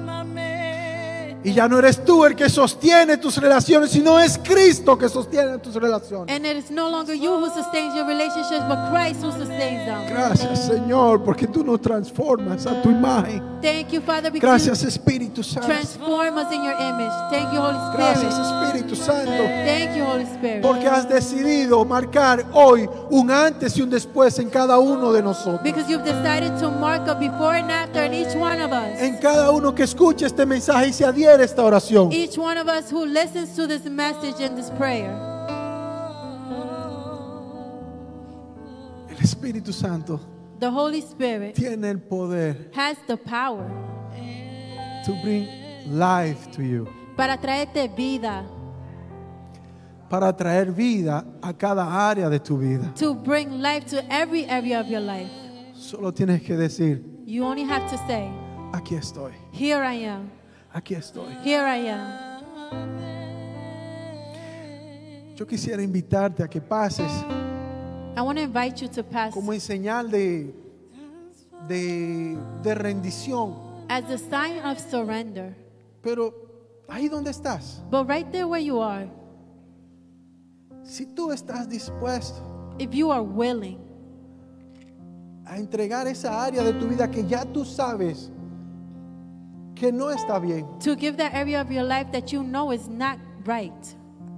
Y ya no eres tú el que sostiene tus relaciones, sino es Cristo que sostiene tus relaciones.
And it is no longer you who sustains your relationships, but Christ who sustains them.
Gracias Señor, porque tú nos transformas a tu imagen.
Thank you, Father, because
Gracias Espíritu
you
Santo.
transform us in your image. Thank you, Holy
Gracias
Spirit.
Espíritu Santo,
Thank you, Holy Spirit.
porque has decidido marcar hoy un antes y un después en cada uno de nosotros.
Because you've decided to mark up before and after in each one of us.
En cada uno que escuche este mensaje y se adhiere a esta oración.
each one of us who listens to this message and this prayer.
El Espíritu Santo
The Holy Spirit
tiene el poder
has the power
to bring life to you,
para traerte vida,
para traer vida a cada área de tu vida.
to bring life to every area of your life.
Solo tienes que decir,
You only have to say,
aquí estoy,
Here I am,
aquí estoy.
here I am.
Yo quisiera invitarte a que pases
I want to invite you to pass
como en señal de, de, de rendición.
as a sign of surrender.
Pero ahí donde estás,
But right there where you are,
si tú estás dispuesto
if you are willing
a entregar esa área de tu vida que ya tú sabes que no está bien,
to give that area of your life that you know is not right,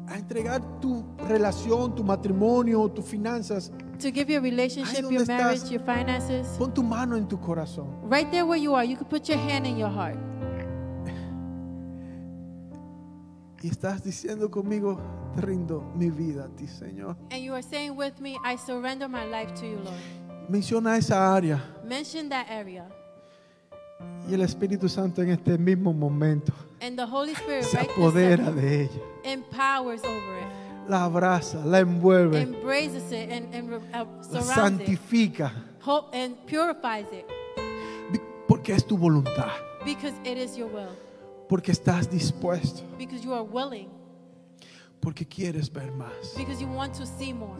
a entregar tu relación, tu matrimonio, tus finanzas,
to give your
Ahí
relationship,
donde
your marriage,
estás.
your finances,
pon tu mano en tu corazón.
Right there where you are, you can put your hand in your heart.
Y estás diciendo conmigo, te rindo mi vida a ti, Señor.
And you are saying with me, I surrender my life to you, Lord.
Menciona esa área
Mention that area.
y el Espíritu Santo en este mismo momento
And the Holy Spirit
se
right this
apodera
second,
de ella,
empowers over it,
la abraza, la envuelve,
embraces it, and, and re- uh,
la
surrounds it,
santifica.
hope, and purifies it
Vi- Porque es tu voluntad.
because it is your will,
Porque estás dispuesto.
because you are willing,
Porque quieres ver más.
because you want to see more.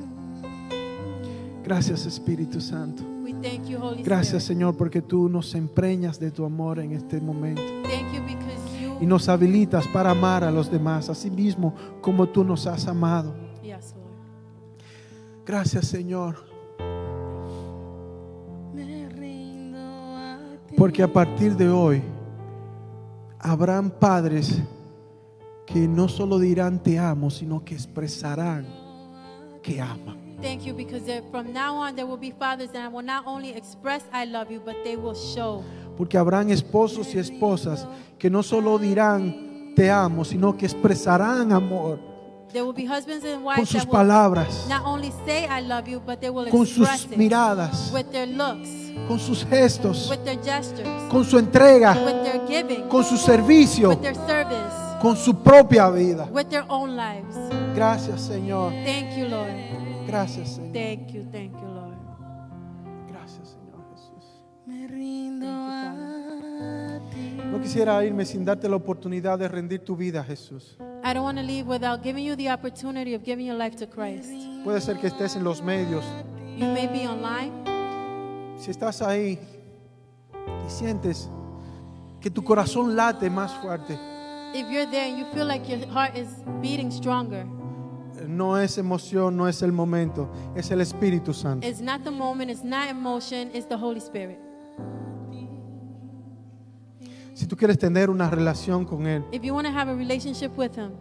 Gracias Espíritu Santo.
We thank you, Holy
Gracias
Spirit.
Señor porque tú nos empreñas de tu amor en este momento.
Thank you because
Y
you.
nos habilitas para amar a los demás, así mismo como tú nos has amado.
Yes, Lord.
Gracias Señor.
Me rindo a ti.
Porque a partir de hoy habrán padres que no solo dirán te amo, sino que expresarán que aman.
Thank you because there- from now on there will be fathers that will not only express I love you, but they will show.
Porque habrán esposos y esposas que no solo dirán te amo, sino que expresarán amor
There will be husbands and
con
wives
sus
that will
palabras,
not only say I love you, but they will
con
express
sus
it
miradas,
with their looks,
con sus gestos,
with their gestures,
con su entrega,
with their giving,
con su servicio,
with their service,
con su propia vida.
with their own lives.
Gracias Señor,
Thank you, Lord.
gracias Señor,
Thank you, thank you, Lord.
gracias No quisiera irme sin darte la oportunidad de rendir tu vida a Jesús.
I don't want to leave without giving you the opportunity of giving your life to Christ.
Puede ser que estés en los medios.
You may be online.
Si estás ahí y sientes que tu corazón late más fuerte,
If you're there and you feel like your heart is beating stronger,
no es emoción, no es el momento, es el Espíritu Santo.
it's not the moment, it's not emotion, it's the Holy Spirit.
Si tú quieres tener una relación con Él
If you want to have a relationship with Him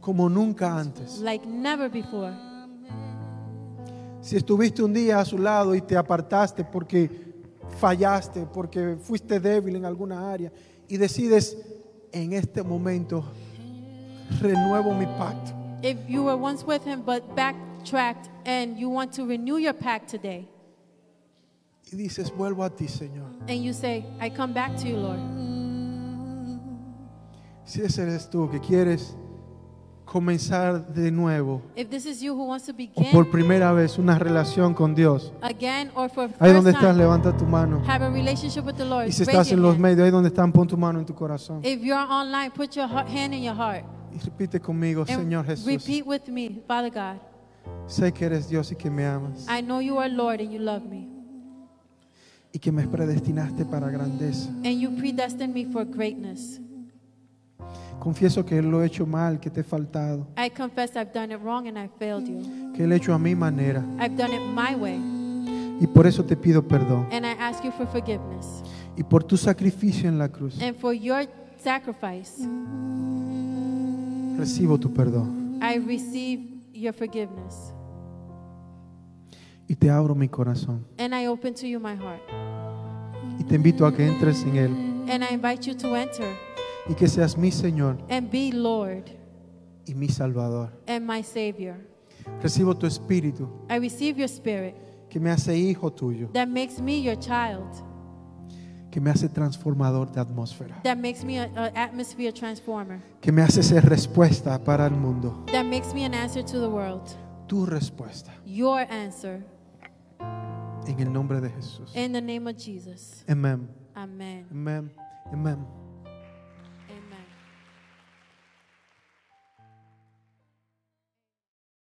como nunca antes,
like never before,
si estuviste un día a su lado y te apartaste porque fallaste, porque fuiste débil en alguna área y decides en este momento renuevo mi pacto.
if you were once with Him but backtracked and you want to renew your pact today,
Y dices, vuelvo a ti, Señor.
and you say, I come back to you, Lord.
Si ese eres tú que quieres comenzar de nuevo
If this is you who wants to
o por
begin
primera vez una relación con Dios,
again or for the
ahí
first
donde estás,
time,
levanta tu mano.
have a relationship with the Lord.
Y si
raise
estás
your
en los
hand.
medios, ahí donde están, pon tu mano en tu corazón.
If you're online, put your heart, hand in your heart
Y repite conmigo,
and
Oh, Señor Jesús,
repeat with me, Father God.
sé que eres Dios y que me amas
I know you are Lord and you love me.
y que me predestinaste para grandeza.
And you predestined me for greatness.
Confieso que lo he hecho mal, que te he faltado,
I confess I've done it wrong and I failed you.
que lo he hecho a mi manera
I've done it my way.
y por eso te pido perdón.
And I ask you for forgiveness
Y por tu sacrificio en la cruz,
and for your sacrifice.
recibo tu perdón
I receive your forgiveness
y te abro mi corazón.
and I open to you my heart.
Y te invito a que entres en él
And I invite you to enter
y que seas mi Señor
and be Lord
y mi Salvador.
and my Savior.
Recibo tu espíritu
I receive your spirit
que me hace hijo tuyo,
that makes me your child,
que me hace transformador de atmósfera,
that makes me an atmosphere transformer,
que me hace ser respuesta para el mundo.
that makes me an answer to the world.
Tu respuesta
Your answer
en el nombre de Jesús.
in the name of Jesus.
Amén.
Amen.
Amén. Amén.